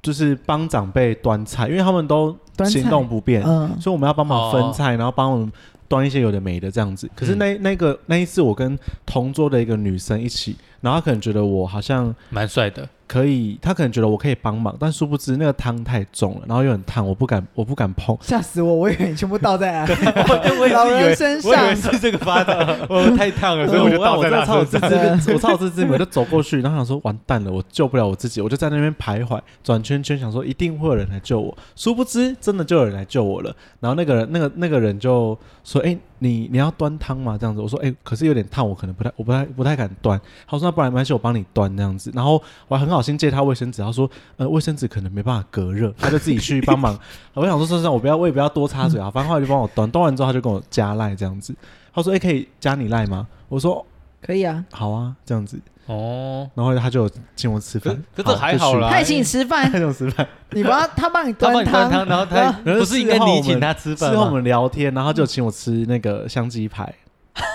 Speaker 1: 就是帮长辈端菜，因为他们都
Speaker 3: 端菜
Speaker 1: 行动不便，
Speaker 3: 嗯，
Speaker 1: 所以我们要帮忙分菜，然后帮我们端一些有的没的这样子。可是那、那个那一次，我跟同桌的一个女生一起，然后她可能觉得我好像
Speaker 2: 蛮帅的，
Speaker 1: 可以，她可能觉得我可以帮忙，但殊不知那个汤太重了，然后又很烫，我不敢我不敢碰。
Speaker 3: 吓死我，我以为你全部倒在啊老
Speaker 2: 我以为
Speaker 3: 人身
Speaker 2: 我以为
Speaker 3: 上，
Speaker 2: 是这个发的，我太烫了，所以我
Speaker 1: 我
Speaker 2: 就倒
Speaker 1: 我
Speaker 2: 在
Speaker 1: 真的
Speaker 2: 他
Speaker 1: 超有自
Speaker 2: 身
Speaker 1: 知
Speaker 2: 上。
Speaker 1: 之，我超有自知之明，我就走过去，然后想说完蛋了，我救不了我自己，我就在那边徘徊转圈圈，想说一定会有人来救我。殊不知真的就有人来救我了。然后那个人，那个那个人就说：“哎、你你要端汤吗？”这样子，我说：“哎、可是有点烫，我可能不太，我不太不太敢端。”他说：“那不然没关系，我帮你端这样子。”然后我还很好心借他卫生纸，他说：“呃，卫生纸可能没办法隔热，他就自己去帮忙。”我想说算了算了，我不要，我也不要多插嘴啊，反正后来就帮我端，端完之后他就跟我加赖这样子。他说：“哎、可以加你赖吗？”我说：“
Speaker 3: 可以啊，
Speaker 1: 好啊，这样子，
Speaker 2: 哦，
Speaker 1: 然后他就有请我吃饭，
Speaker 2: 可可是还好啦
Speaker 3: 他也请你吃饭
Speaker 1: 就去，他请我吃饭，
Speaker 3: 你帮他他帮你
Speaker 2: 他帮
Speaker 3: 端
Speaker 2: 你端汤，
Speaker 3: 汤，
Speaker 2: 然后他
Speaker 1: 然后
Speaker 2: 不是应该
Speaker 1: 事后我
Speaker 2: 你
Speaker 1: 们
Speaker 2: 请他吃饭
Speaker 1: 事后我
Speaker 2: 吗？
Speaker 1: 们聊天，然后他就请我吃那个香鸡排，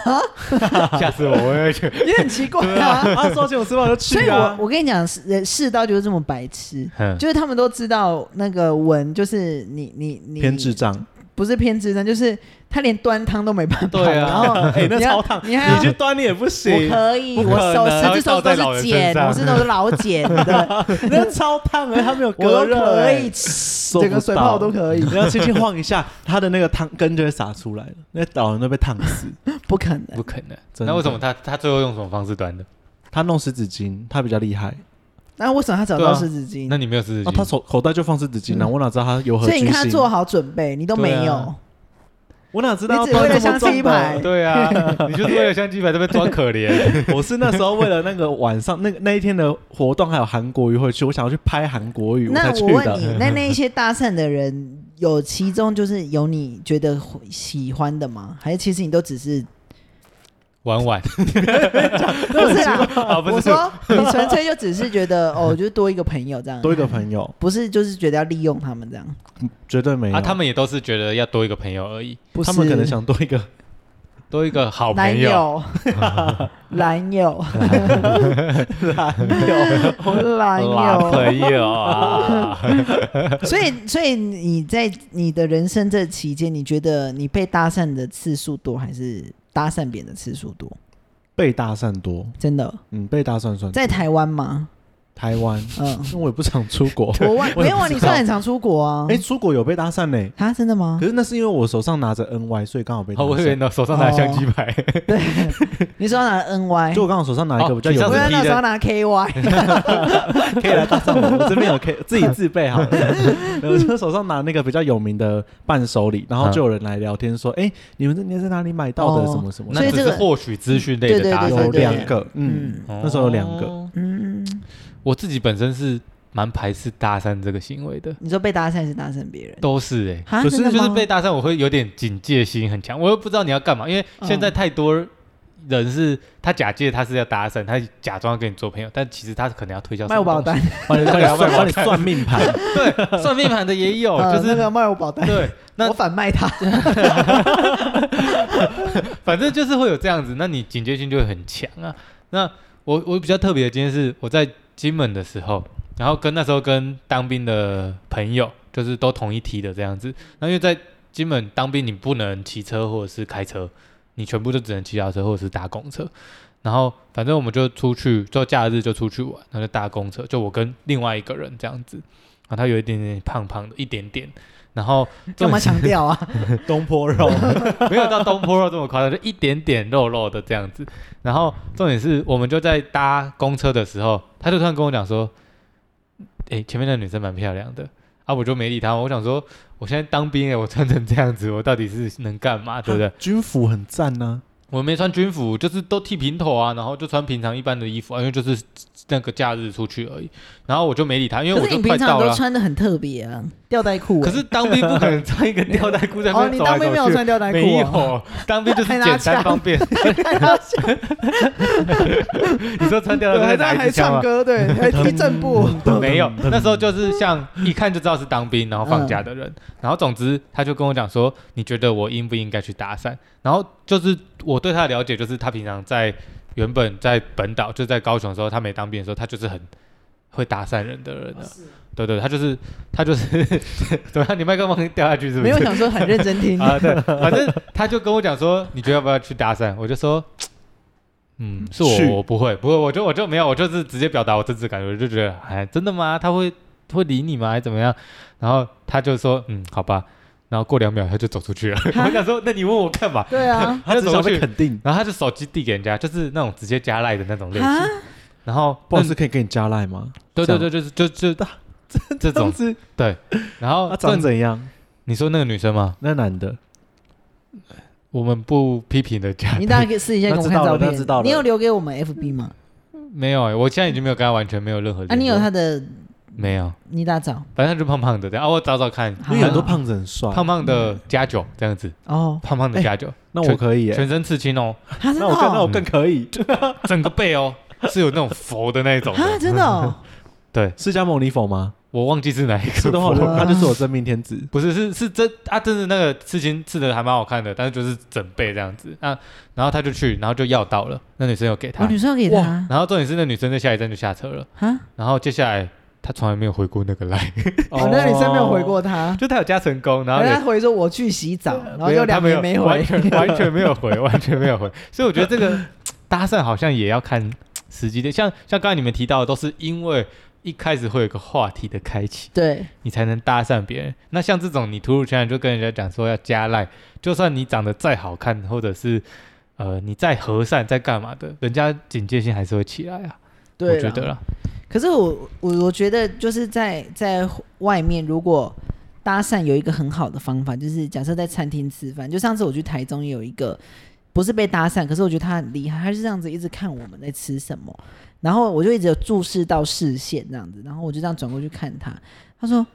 Speaker 2: 吓死我，我也去。
Speaker 3: 也很奇怪啊。
Speaker 1: 他说请我吃饭我就
Speaker 3: 所以
Speaker 1: 去
Speaker 3: 我
Speaker 1: 啊，
Speaker 3: 我跟你讲，世人世道就是这么白痴。
Speaker 2: 嗯
Speaker 3: 就是他们都知道那个文，就是你你你
Speaker 1: 偏智障，
Speaker 3: 不是偏执呢，就是他连端汤都没办法。
Speaker 2: 对啊
Speaker 3: 然后
Speaker 1: 哎，那
Speaker 3: 你要
Speaker 1: 超烫，
Speaker 3: 你还要
Speaker 1: 你去端你也不
Speaker 3: 我
Speaker 1: 行，
Speaker 3: 可以，
Speaker 2: 不
Speaker 3: 我
Speaker 2: 可
Speaker 3: 手
Speaker 2: 能
Speaker 3: 十只手都
Speaker 2: 他会倒在
Speaker 3: 是
Speaker 2: 老人身
Speaker 3: 茧，
Speaker 2: 上
Speaker 3: 我是都是老茧的，
Speaker 1: 那超烫哎，他没有
Speaker 3: 我都
Speaker 1: 隔热，哎
Speaker 3: 可以，
Speaker 1: 不
Speaker 3: 整个水泡都可以
Speaker 1: 你，要轻轻晃一下，他的那个汤根就会洒出来了，那老人都被烫死。
Speaker 3: 不可能。
Speaker 2: 不可能，
Speaker 1: 真的
Speaker 2: 那为什么他他最后用什么方式端的？
Speaker 1: 他弄湿纸巾，他比较厉害，
Speaker 3: 那为什么他找
Speaker 2: 对啊
Speaker 3: 到湿纸巾
Speaker 2: 那？你没有湿纸
Speaker 1: 哦，他
Speaker 2: 巾？
Speaker 1: 手口袋就放湿纸巾了，
Speaker 3: 嗯
Speaker 1: 我哪知道他有何
Speaker 3: 所以
Speaker 1: 居
Speaker 3: 你看他
Speaker 1: 心？
Speaker 3: 做好准备，你都没
Speaker 2: 对
Speaker 3: 有
Speaker 2: 啊。
Speaker 1: 我哪知道
Speaker 3: 你
Speaker 1: 要
Speaker 3: 只为
Speaker 1: 端
Speaker 3: 了
Speaker 1: 这么
Speaker 3: 香
Speaker 1: 重
Speaker 3: 鸡排
Speaker 1: 的？
Speaker 2: 对啊，你就是为了相机牌这边装可怜，
Speaker 1: 我是那时候为了那个晚上那个那一天的活动还有韩国语会去，我想要去拍韩国语，
Speaker 3: 那
Speaker 1: 啊才去
Speaker 3: 我问
Speaker 1: 的。
Speaker 3: 你，那那一些搭讪的人，有其中就是有你觉得喜欢的吗？还是其实你都只是
Speaker 2: 玩啊玩，
Speaker 3: 不是啦，
Speaker 2: 啊不
Speaker 3: 我
Speaker 2: 是，
Speaker 3: 说你纯粹就只是觉 得哦，就多一个朋友这样，
Speaker 1: 多一个朋友，
Speaker 3: 不是就是觉得要利用他们这样，
Speaker 1: 绝对没有。
Speaker 2: 啊，他们也都是觉得要多一个朋友而已，
Speaker 3: 不是
Speaker 1: 他们可能想多一个
Speaker 2: 多一个好
Speaker 3: 男
Speaker 2: 朋友，
Speaker 3: 友， 男友， 男
Speaker 2: 老
Speaker 3: 友，
Speaker 2: 朋友 啊，
Speaker 3: 所以所以你在你的人生这期间，你觉得你被搭讪的次数多，还是搭讪别人的次数多？
Speaker 1: 被搭讪多，
Speaker 3: 真的
Speaker 1: 嗯，被搭讪算
Speaker 3: 在台湾吗？
Speaker 1: 台湾，
Speaker 3: 嗯，
Speaker 1: 因为我也不想出国。
Speaker 3: 国外没有啊，你算很常出国啊？
Speaker 1: 哎，出国有被搭讪呢，
Speaker 3: 啊，真的吗
Speaker 1: 可？是那是因为我手上拿着 NY，所以刚好被搭
Speaker 2: 哦我以
Speaker 1: 讪。
Speaker 2: 为呢手上拿相机拍，
Speaker 3: 对， 你说拿 N Y，
Speaker 1: 就我刚好手上拿一个
Speaker 2: 哦
Speaker 1: 比较有
Speaker 2: 你上
Speaker 3: 我
Speaker 2: 次
Speaker 1: 名
Speaker 3: 要
Speaker 1: 的，
Speaker 3: 那时候拿 K Y，
Speaker 1: 可以来搭讪我，我这边有可以自己自备 好了。我就手上拿那个比较有名的伴手礼，然后就有人来聊天说：“哎，你们这你在哪里买到的？
Speaker 3: 哦
Speaker 1: 什么什 么
Speaker 3: 所
Speaker 1: 的？”
Speaker 3: 以
Speaker 2: 那只
Speaker 3: 这
Speaker 2: 是
Speaker 3: 个
Speaker 2: 获取资讯类的
Speaker 3: 对对
Speaker 2: 搭
Speaker 3: 对
Speaker 1: 有
Speaker 2: 讪，
Speaker 1: 两个，嗯，
Speaker 3: 嗯
Speaker 1: 那时候有两个
Speaker 2: 哦
Speaker 3: 嗯，
Speaker 2: 我自己本身是蛮排斥搭讪这个行为的，
Speaker 3: 你说被搭讪是搭讪别人，
Speaker 2: 都是哎、
Speaker 3: 啊
Speaker 1: 可
Speaker 2: 就是
Speaker 3: 真的
Speaker 2: 就是
Speaker 3: 吗
Speaker 2: 被搭讪，我会有点警戒心很强，我又不知道你要干嘛，因为
Speaker 3: 嗯
Speaker 2: 现在太多人是他假借他是要搭讪，他假装要跟你做朋友，但其实他可能要推销
Speaker 3: 卖
Speaker 2: 什
Speaker 3: 我保
Speaker 2: 么东
Speaker 3: 单
Speaker 2: 西，，
Speaker 1: 帮你帮你算帮你算命盘，
Speaker 2: 对， 算命盘的也有，
Speaker 3: 呃
Speaker 2: 哦就是
Speaker 3: 那个卖我保单，
Speaker 2: 对，那
Speaker 3: 我反卖他，
Speaker 2: 反正就是会有这样子，那你警戒心就会很强啊。那我我比较特别的今天是我在金门的时候，然后跟那时候跟当兵的朋友，就是都同一梯的这样子。那因为在金门当兵，你不能骑车或者是开车，你全部就只能骑脚车或者是搭公车。然后反正我们就出去，就假日就出去玩，那就搭公车，就我跟另外一个人这样子。啊，他有一点点胖胖的，一点点，然后
Speaker 3: 干嘛强调啊？
Speaker 1: 东坡肉，
Speaker 2: 没有到东坡肉这么夸张，就一点点肉肉的这样子。然后重点是，我们就在搭公车的时候，他就突然跟我讲说：“诶，前面那女生蛮漂亮的。”啊，我就没理他。我想说，我现在当兵诶，欸我穿成这样子，我到底是能干嘛，对不 对？
Speaker 1: 军服很赞啊呢。
Speaker 2: 我没穿军服，就是都剃平头啊，然后就穿平常一般的衣服啊，因为就是那个假日出去而已。然后我就没理他，因为
Speaker 3: 可
Speaker 2: 我
Speaker 3: 是
Speaker 2: 就
Speaker 3: 你
Speaker 2: 快
Speaker 3: 平常
Speaker 2: 到
Speaker 3: 都
Speaker 2: 了。
Speaker 3: 穿的很特别啊，吊带裤欸。
Speaker 2: 可是当兵不可能穿一个吊带裤在那
Speaker 3: 哦，
Speaker 2: 边
Speaker 3: 你
Speaker 2: 走来
Speaker 3: 当
Speaker 2: 走
Speaker 3: 兵没
Speaker 2: 去。
Speaker 3: 有穿吊带裤
Speaker 2: 没
Speaker 3: 啊？
Speaker 2: 有，当兵就是
Speaker 3: 还拿
Speaker 2: 简单
Speaker 3: 枪
Speaker 2: 方 便。 你说穿吊带
Speaker 3: 对，
Speaker 2: 裤
Speaker 3: 还
Speaker 2: 在拿
Speaker 3: 在
Speaker 2: 一
Speaker 3: 还
Speaker 2: 支
Speaker 3: 唱
Speaker 2: 枪啊嗯吗？
Speaker 3: 歌， 对，还踢正步。
Speaker 2: 没有，那时候就是像一看就知道是当兵然后放假的人，
Speaker 3: 嗯
Speaker 2: 然后总之他就跟我讲说，你觉得我应不应该去搭讪？然后就是我对他的了解就是他平常在原本在本岛就在高雄的时候，他没当兵的时候，他就是很会搭讪人的
Speaker 3: 哦
Speaker 2: 人了。对对，他就是他就是 怎么样？你麦克风掉下去是不是？
Speaker 3: 没有想说很认 真听，
Speaker 2: 啊，对，反正他就跟我讲说，你觉得要不要去搭讪？我就说，嗯，是
Speaker 1: 去
Speaker 2: 我，我不会，不会，我就我就没有，我就是直接表达我真实感觉，我就觉得，哎，真的吗？他会会理你吗？还是怎么样？然后他就说，嗯，好吧。然后过两秒他就走出去了。 我想说，那你问我干嘛？
Speaker 3: 对 啊，
Speaker 1: 他
Speaker 2: 就
Speaker 1: 只
Speaker 2: 走
Speaker 1: 想
Speaker 2: 过
Speaker 1: 被
Speaker 2: 去，
Speaker 1: 肯定，
Speaker 2: 然后他就手机递给人家，就是那种直接加赖的那种类型。
Speaker 3: 啊，
Speaker 2: 然后，
Speaker 1: 不好意思，可以给你加赖吗？
Speaker 2: 对对对，就是就就 这
Speaker 1: 这样
Speaker 2: 种。哦
Speaker 1: 子，
Speaker 2: 然后
Speaker 1: 他长
Speaker 2: 正，
Speaker 1: 怎样？
Speaker 2: 你说那个女生吗？
Speaker 1: 那男的
Speaker 2: 我们不批评人家，
Speaker 3: 你大家可以试一下给我们看
Speaker 1: 那
Speaker 3: 照
Speaker 1: 知道了那知道了
Speaker 3: 片。你有留给我们 FB 吗？
Speaker 2: 没有、欸，我现在已经没有跟他完全没有任何。
Speaker 3: 啊，你有他的，
Speaker 2: 没有？
Speaker 3: 你打找
Speaker 2: 反正就胖胖的这样啊，我找找看，
Speaker 3: 好啊
Speaker 1: 因为很多胖子很帅，
Speaker 2: 胖胖的加酒这样子，
Speaker 3: 哦，
Speaker 2: 胖胖的加酒，
Speaker 1: 那我可以耶，
Speaker 2: 全身刺青 哦，
Speaker 3: 他真
Speaker 1: 那
Speaker 3: 的
Speaker 1: 我更那
Speaker 3: 哦
Speaker 1: 我更可以。
Speaker 2: 整个背哦，是有那种佛的那一种的，
Speaker 3: 啊，真的哦，
Speaker 2: 对
Speaker 1: 释迦牟尼佛吗？
Speaker 2: 我忘记是哪一
Speaker 1: 是
Speaker 2: 个
Speaker 1: 的话，
Speaker 2: 佛
Speaker 1: 我
Speaker 2: 了。
Speaker 1: 他就是我真命天 子。
Speaker 2: 不是，是是真啊，真的那个刺青刺的还蛮好看的，但是就是整背这样子啊，然后他就去，然后就要到了，那女生有给 他
Speaker 3: 我，哦女生要给他
Speaker 2: 然后重点是那女生在下一站就下车了，
Speaker 3: 啊，
Speaker 2: 然后接下来他从来没有回过那个 来，
Speaker 1: 啊
Speaker 3: 哦，那女生没有回， 过他，
Speaker 2: 就他有加成功，然后
Speaker 3: 人
Speaker 2: 也
Speaker 3: 家回说我去洗 澡，然后又
Speaker 2: 呃他
Speaker 3: 两
Speaker 2: 没
Speaker 3: 年
Speaker 2: 有
Speaker 3: 没
Speaker 2: 完
Speaker 3: 回，
Speaker 2: 全完全没有回， 完全没有回。所以我觉得这个搭讪好像也要看时机点，像像刚才你们提到的，都是因为一开始会有一个话题的开启，
Speaker 3: 对，
Speaker 2: 你才能搭讪别人。那像这种你突如其来就跟人家讲说要加赖，就算你长得再好看，或者是呃你再和善再干嘛的，人家警戒心还是会起来啊。
Speaker 3: 对
Speaker 2: 我觉
Speaker 3: 啦嗯
Speaker 2: 得啦，
Speaker 3: 可是我我我觉得就是在在外面，如果搭讪有一个很好的方法，就是假设在餐厅吃饭，就上次我去台中有一个不是被搭讪，可是我觉得他很厉害，他就这样子一直看我们在吃什么，然后我就一直有注视到视线这样子，然后我就这样转过去看他，他说：“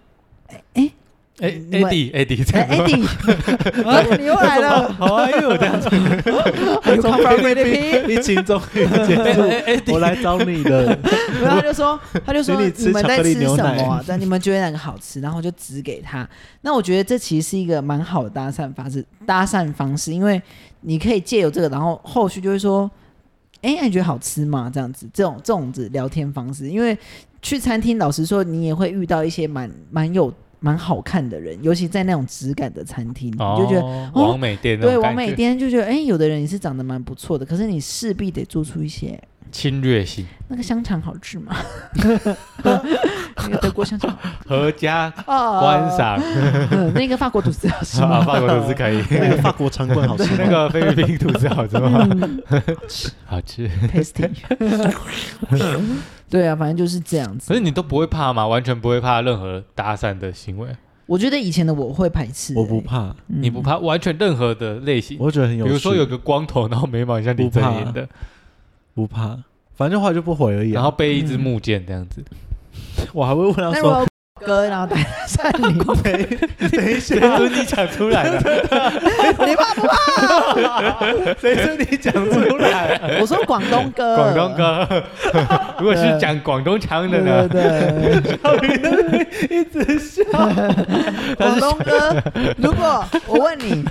Speaker 3: 哎、哎
Speaker 2: 哎
Speaker 3: 你们
Speaker 2: ，Eddie Eddie 这
Speaker 3: 哎
Speaker 2: 样子吗
Speaker 3: ，Eddie，啊你又来了
Speaker 2: How are you？这样子
Speaker 3: ，Are you
Speaker 1: 从
Speaker 3: come from
Speaker 1: 菲律
Speaker 3: Philippines？
Speaker 1: 宾疫情终于结
Speaker 2: 哎
Speaker 1: 束，
Speaker 2: ，Eddie，
Speaker 1: 我来找你的。
Speaker 2: 哎
Speaker 3: 然后他 就说，他就说
Speaker 1: 请你吃
Speaker 3: 你们在
Speaker 1: 巧克力
Speaker 3: 吃什
Speaker 1: 牛奶
Speaker 3: 么、啊？但 你们觉得哪个好吃？然后我就指给他。那我觉得这其实是一个蛮好的搭讪方式，搭讪方式，因为你可以借由这个，然后后续就会说，哎、那你觉得好吃吗？这样子，这种这种子聊天方式，因为去餐厅，老实说，你也会遇到一些蛮蛮有蛮好看的人，尤其在那种质感的餐厅，你就觉得。
Speaker 2: 得
Speaker 3: 哦
Speaker 2: 王美店那
Speaker 3: 对，
Speaker 2: 种
Speaker 3: 王
Speaker 2: 感
Speaker 3: 美
Speaker 2: 觉，
Speaker 3: 店就觉得，哎、有的人也是长得蛮不错的，可是你势必得做出一些
Speaker 2: 侵略性，
Speaker 3: 那个香肠好吃吗？那个德国香肠
Speaker 2: 合家
Speaker 3: 哦
Speaker 2: 观、赏，
Speaker 3: 嗯那个法国吐司好吃
Speaker 2: 啊，
Speaker 3: 吗？
Speaker 2: 法国都是可 以。
Speaker 1: 那个法国餐馆好 吃
Speaker 2: 那
Speaker 1: 吗？
Speaker 2: 个菲律宾吐司好吃吗？
Speaker 1: 嗯
Speaker 2: 好吃。
Speaker 3: 嗯 tasty，对啊，反正就是这样
Speaker 2: 可
Speaker 3: 子。
Speaker 2: 是你都不会怕吗？完全不会怕任何搭讪的行为，
Speaker 3: 我觉得以前的我会排斥、
Speaker 1: 我不
Speaker 3: 欸
Speaker 1: 怕，
Speaker 3: 嗯
Speaker 2: 你不怕完全任何的类型，
Speaker 1: 我觉得很
Speaker 2: 比
Speaker 1: 有趣。
Speaker 2: 如说有个光头，然后眉毛很像李正英的，
Speaker 1: 不怕，反正就后来就不回而已啊。嗯
Speaker 2: 然后背一支木剑这样子，
Speaker 1: 我还会问他
Speaker 3: 那如
Speaker 1: 说
Speaker 3: 果有哥，然后搭讪你，
Speaker 1: 等一下
Speaker 2: 谁说你讲出来 的？
Speaker 3: 你怕不怕？
Speaker 2: 谁说你讲出来？
Speaker 3: 我说广东哥，
Speaker 2: 广东，歌， 如果是讲广东腔的
Speaker 3: 对
Speaker 2: 呢
Speaker 3: 对？对。
Speaker 2: 一直笑，
Speaker 3: 广东歌，如果我问你，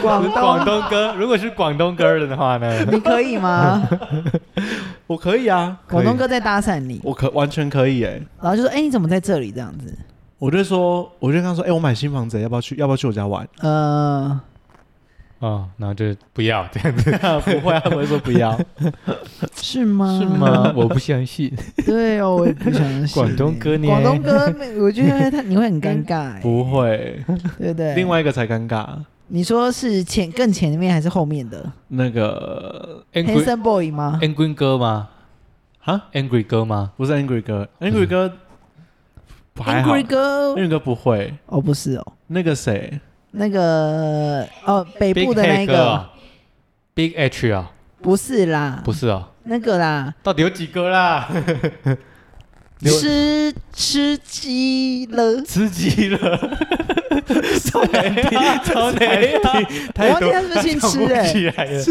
Speaker 3: 广
Speaker 2: 广
Speaker 3: 东
Speaker 2: 东歌，如果是广东歌的话呢？
Speaker 3: 你可以吗？
Speaker 1: 我可以啊，
Speaker 3: 广东哥在搭讪你，
Speaker 1: 我可完全可以哎、
Speaker 3: 然后就说：“哎、你怎么在这里？”这样子，
Speaker 1: 我就说，我就跟他说，哎、我买新房子，要不要去？要不要去我家玩？
Speaker 3: 呃，
Speaker 2: 哦，然后就不要这样子，
Speaker 1: 不会、啊，我会说不 要。
Speaker 3: 是吗？
Speaker 2: 是？
Speaker 1: 嗯
Speaker 2: 吗？ 我不相信。
Speaker 3: 对哦，我也不相信。
Speaker 2: 广东歌呢
Speaker 3: 广东歌没，我觉得他你会很尴尬、 哎
Speaker 1: 不会，
Speaker 3: 对不对？
Speaker 1: 另，外一个才尴尬。
Speaker 3: 你说是前更前面还是后面的
Speaker 1: 那个
Speaker 2: Angry 哎
Speaker 3: Hanson Boy 吗？
Speaker 2: Angry 歌吗
Speaker 1: 啊，
Speaker 2: ？Angry 歌吗？
Speaker 1: 不是 Angry 哥，Angry 哥还好
Speaker 3: Angry 哥，
Speaker 1: ，Angry 哥不会。
Speaker 3: 哦，不是哦，
Speaker 1: 那个谁，
Speaker 3: 那个哦，北
Speaker 2: Big
Speaker 3: 部的
Speaker 2: Head
Speaker 3: 那
Speaker 2: 歌
Speaker 3: 个
Speaker 2: 哦，Big H 啊，
Speaker 3: 不是啦，
Speaker 2: 不是哦，
Speaker 3: 那个啦，
Speaker 2: 到底有几个啦？刘
Speaker 3: 吃吃鸡了，
Speaker 2: 吃鸡 了，
Speaker 3: 超难听，
Speaker 1: 啊
Speaker 2: 超难听，
Speaker 3: 我忘记他是不是姓吃哎、
Speaker 2: 起来了。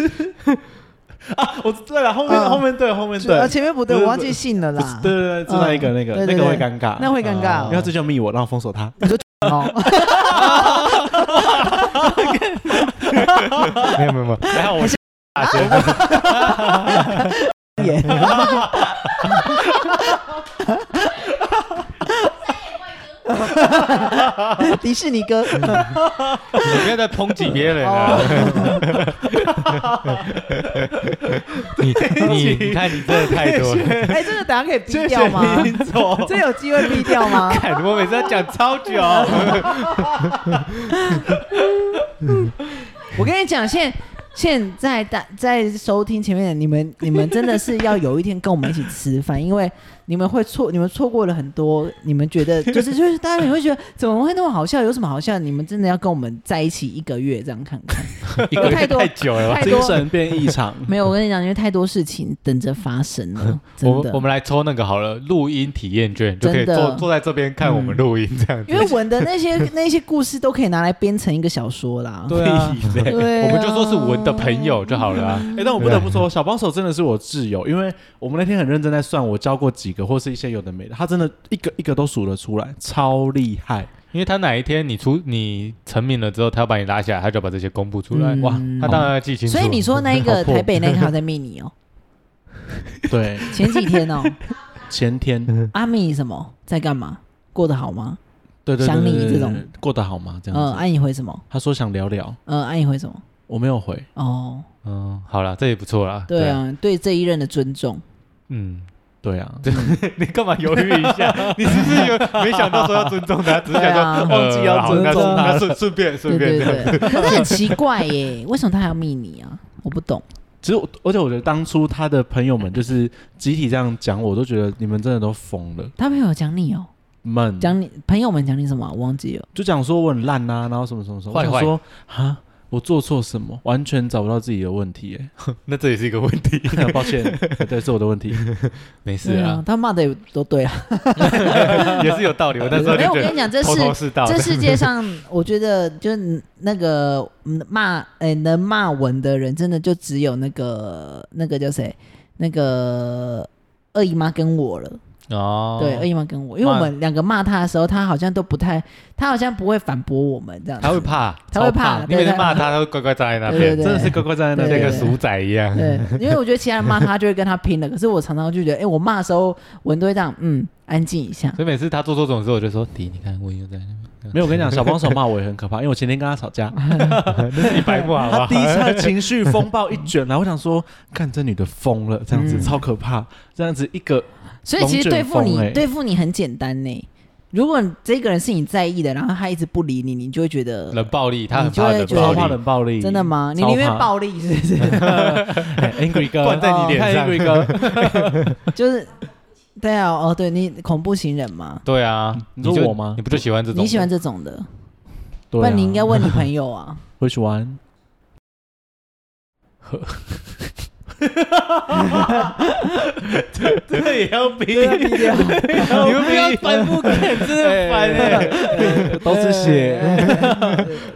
Speaker 1: 啊我对了，后面、
Speaker 3: 嗯
Speaker 1: 后面对，后面对，
Speaker 3: 啊，前面不对，
Speaker 1: 不是
Speaker 3: 我忘记姓了
Speaker 1: 不是
Speaker 3: 啦，
Speaker 1: 对对对，就那一个、
Speaker 3: 嗯
Speaker 1: 那个
Speaker 3: 对对
Speaker 1: 那个会
Speaker 3: 对
Speaker 1: 尴尬，
Speaker 3: 那会尴
Speaker 1: 因
Speaker 3: 尬哦
Speaker 1: 为他最近密我，让我封锁他。
Speaker 3: 哦。
Speaker 2: 没有没有没有，还好我是大学生。
Speaker 3: 演。迪士尼歌，
Speaker 2: 你不要再抨击别人啊了。哦 你你你看你真的太多了，
Speaker 3: 哎，这个等下可以逼掉吗？
Speaker 1: 谢谢你走
Speaker 3: 这有机会逼掉吗？
Speaker 2: 看我每次要讲超久。
Speaker 3: 我跟你讲，现现在大在收听前面的你们，你们真的是要有一天跟我们一起吃饭，因为你们会错，你们错过了很多，你们觉 得就是就是大家你会觉得怎么会那么好笑？有什么好笑？你们真的要跟我们在一起一个月这样看看。
Speaker 2: 一个
Speaker 3: 太
Speaker 2: 月
Speaker 3: 多
Speaker 2: 太久了吧
Speaker 3: 太？
Speaker 1: 精
Speaker 3: 多
Speaker 1: 神变异常，
Speaker 3: 没有，我跟你讲，因为太多事情等着发生了，真
Speaker 2: 我
Speaker 3: 的。
Speaker 2: 我们来抽那个好了，录音体验券就可以
Speaker 3: 真的
Speaker 2: 坐坐在这边看我们录音这样子。
Speaker 3: 因为文的那 些那些故事都可以拿来编成一个小说啦。
Speaker 1: 对啊。
Speaker 2: 屁嘞
Speaker 3: 对啊
Speaker 2: 我们就说是文的朋友就好了啊。
Speaker 1: 哎、但我不得不说，小帮手真的是我挚友，因为我们那天很认真在算，我教过几个或是一些有的没的，他真的一个一个都数得出来，超厉害。
Speaker 2: 因为他哪一天你出你成名了之后，他要把你拉下来，他就把这些公布出来。
Speaker 3: 嗯
Speaker 2: 哇，他当然要记清楚。
Speaker 3: 所以你说那一 个
Speaker 1: 好破
Speaker 3: 台北那个还有在密你哦，
Speaker 1: 对，
Speaker 3: 前几天哦，
Speaker 1: 前天，
Speaker 3: 阿密什么在干嘛？过得好吗？
Speaker 1: 对对对
Speaker 3: 想你
Speaker 1: 对对
Speaker 3: 这种
Speaker 1: 对过得好吗？这样
Speaker 3: 嗯，
Speaker 1: 子，
Speaker 3: 安你回什么？
Speaker 1: 他说想聊聊，
Speaker 3: 嗯，安你回什么？
Speaker 1: 我没有回，
Speaker 3: 哦，
Speaker 2: 嗯，好了，这也不错啦。
Speaker 3: 对，啊，对这一任的尊重，
Speaker 2: 嗯，
Speaker 1: 对啊，
Speaker 2: 你干嘛犹豫一 下？你是不是有没想到说要尊重他，只是
Speaker 3: 对
Speaker 2: 想说、呃
Speaker 3: 啊
Speaker 1: 忘记要
Speaker 2: 好
Speaker 1: 尊
Speaker 2: 那
Speaker 1: 重他
Speaker 2: 那顺顺便顺
Speaker 3: 对对
Speaker 2: 便这样。
Speaker 3: 对。可是很奇怪耶，为什么他还要密你啊？我不懂。
Speaker 1: 其实我，而且我觉得当初他的朋友们就是集体这样讲我，我都觉得你们真的都疯了，
Speaker 3: 他朋友讲你哦，
Speaker 1: 闷，
Speaker 3: 讲你朋友们讲你什么啊？我忘记了。
Speaker 1: 就讲说我很烂啊，然后什么什么什么，
Speaker 2: 坏坏
Speaker 1: 我想说啊，我做错什么？完全找不到自己的问题、 耶
Speaker 2: 那这也是一个问题。
Speaker 1: 啊抱歉， 对，是我的问题。
Speaker 2: 没事
Speaker 3: 对
Speaker 2: 啊
Speaker 3: 啊，，他骂的也都对啊。
Speaker 2: 也是有道理。我那时候
Speaker 3: 没有，嗯
Speaker 2: 就
Speaker 3: 哎我
Speaker 2: 觉
Speaker 3: 跟你
Speaker 2: 得
Speaker 3: 讲，这
Speaker 2: 头头
Speaker 3: 是
Speaker 2: 是道的。
Speaker 3: 这世界上，我觉得就是那个嗯骂诶、能骂文的人，真的就只有那个那个叫谁？那个二姨妈跟我了。
Speaker 2: 哦，
Speaker 3: 对，二姨妈跟我，因为我
Speaker 2: 骂
Speaker 3: 们两个骂他的时候，他好像都不太，他好像不会反驳我们这样子。
Speaker 2: 他会怕，
Speaker 3: 他会
Speaker 2: 超
Speaker 3: 怕
Speaker 2: 你
Speaker 3: 对
Speaker 2: 每次
Speaker 3: 他
Speaker 2: 骂他，他会乖乖站在那
Speaker 3: 对
Speaker 2: 边
Speaker 3: 对，
Speaker 1: 真的是乖乖站在那
Speaker 2: 像
Speaker 1: 边
Speaker 3: 对
Speaker 2: 个鼠仔一样。
Speaker 3: 对，因为我觉得其他人骂他，他就会跟他拼了。可是我常常就觉得，哎、我骂的时候，文都会这样，嗯，安静一下。
Speaker 2: 所以每次他做错这种事，我就说：“迪，你看我又在
Speaker 1: 没有，我跟你讲，小帮手骂我也很可怕，因为我前天跟他吵 架，
Speaker 2: 那，那是你白目好不
Speaker 1: 他
Speaker 2: 好
Speaker 1: 第一下情绪风暴一卷来，我想说，看这女的疯了，这样子
Speaker 3: 嗯
Speaker 1: 超可怕，这样子一个
Speaker 3: 所以其实对付
Speaker 1: 龙卷
Speaker 3: 你，
Speaker 1: 风欸
Speaker 3: 对付你很简单呢、如果你这个人是你在意的，然后他一直不理你，你就会觉得
Speaker 2: 冷暴力，他很
Speaker 3: 你就
Speaker 2: 怕
Speaker 3: 会
Speaker 2: 冷
Speaker 3: 觉得
Speaker 1: 超怕
Speaker 2: 暴力。
Speaker 1: 冷暴力，
Speaker 3: 真的吗？你
Speaker 1: 超
Speaker 3: 宁愿
Speaker 1: 怕
Speaker 3: 暴力是不是？
Speaker 1: 哎？Angry 哥，
Speaker 2: 灌在你脸上
Speaker 1: 哦看 Angry 哥，
Speaker 3: 就是对啊，哦，对你恐怖情人嘛，
Speaker 2: 对啊，
Speaker 1: 你
Speaker 2: 就
Speaker 1: 说我吗
Speaker 2: 你不就喜欢这种？
Speaker 3: 你喜欢这种的，
Speaker 1: 对
Speaker 3: 不
Speaker 1: 啊
Speaker 3: 然你应该问你朋友 啊。
Speaker 1: Which one？
Speaker 2: 这个也要逼？
Speaker 3: 对啊
Speaker 2: 你们不要反目梗，真的烦哎！
Speaker 1: 都是血，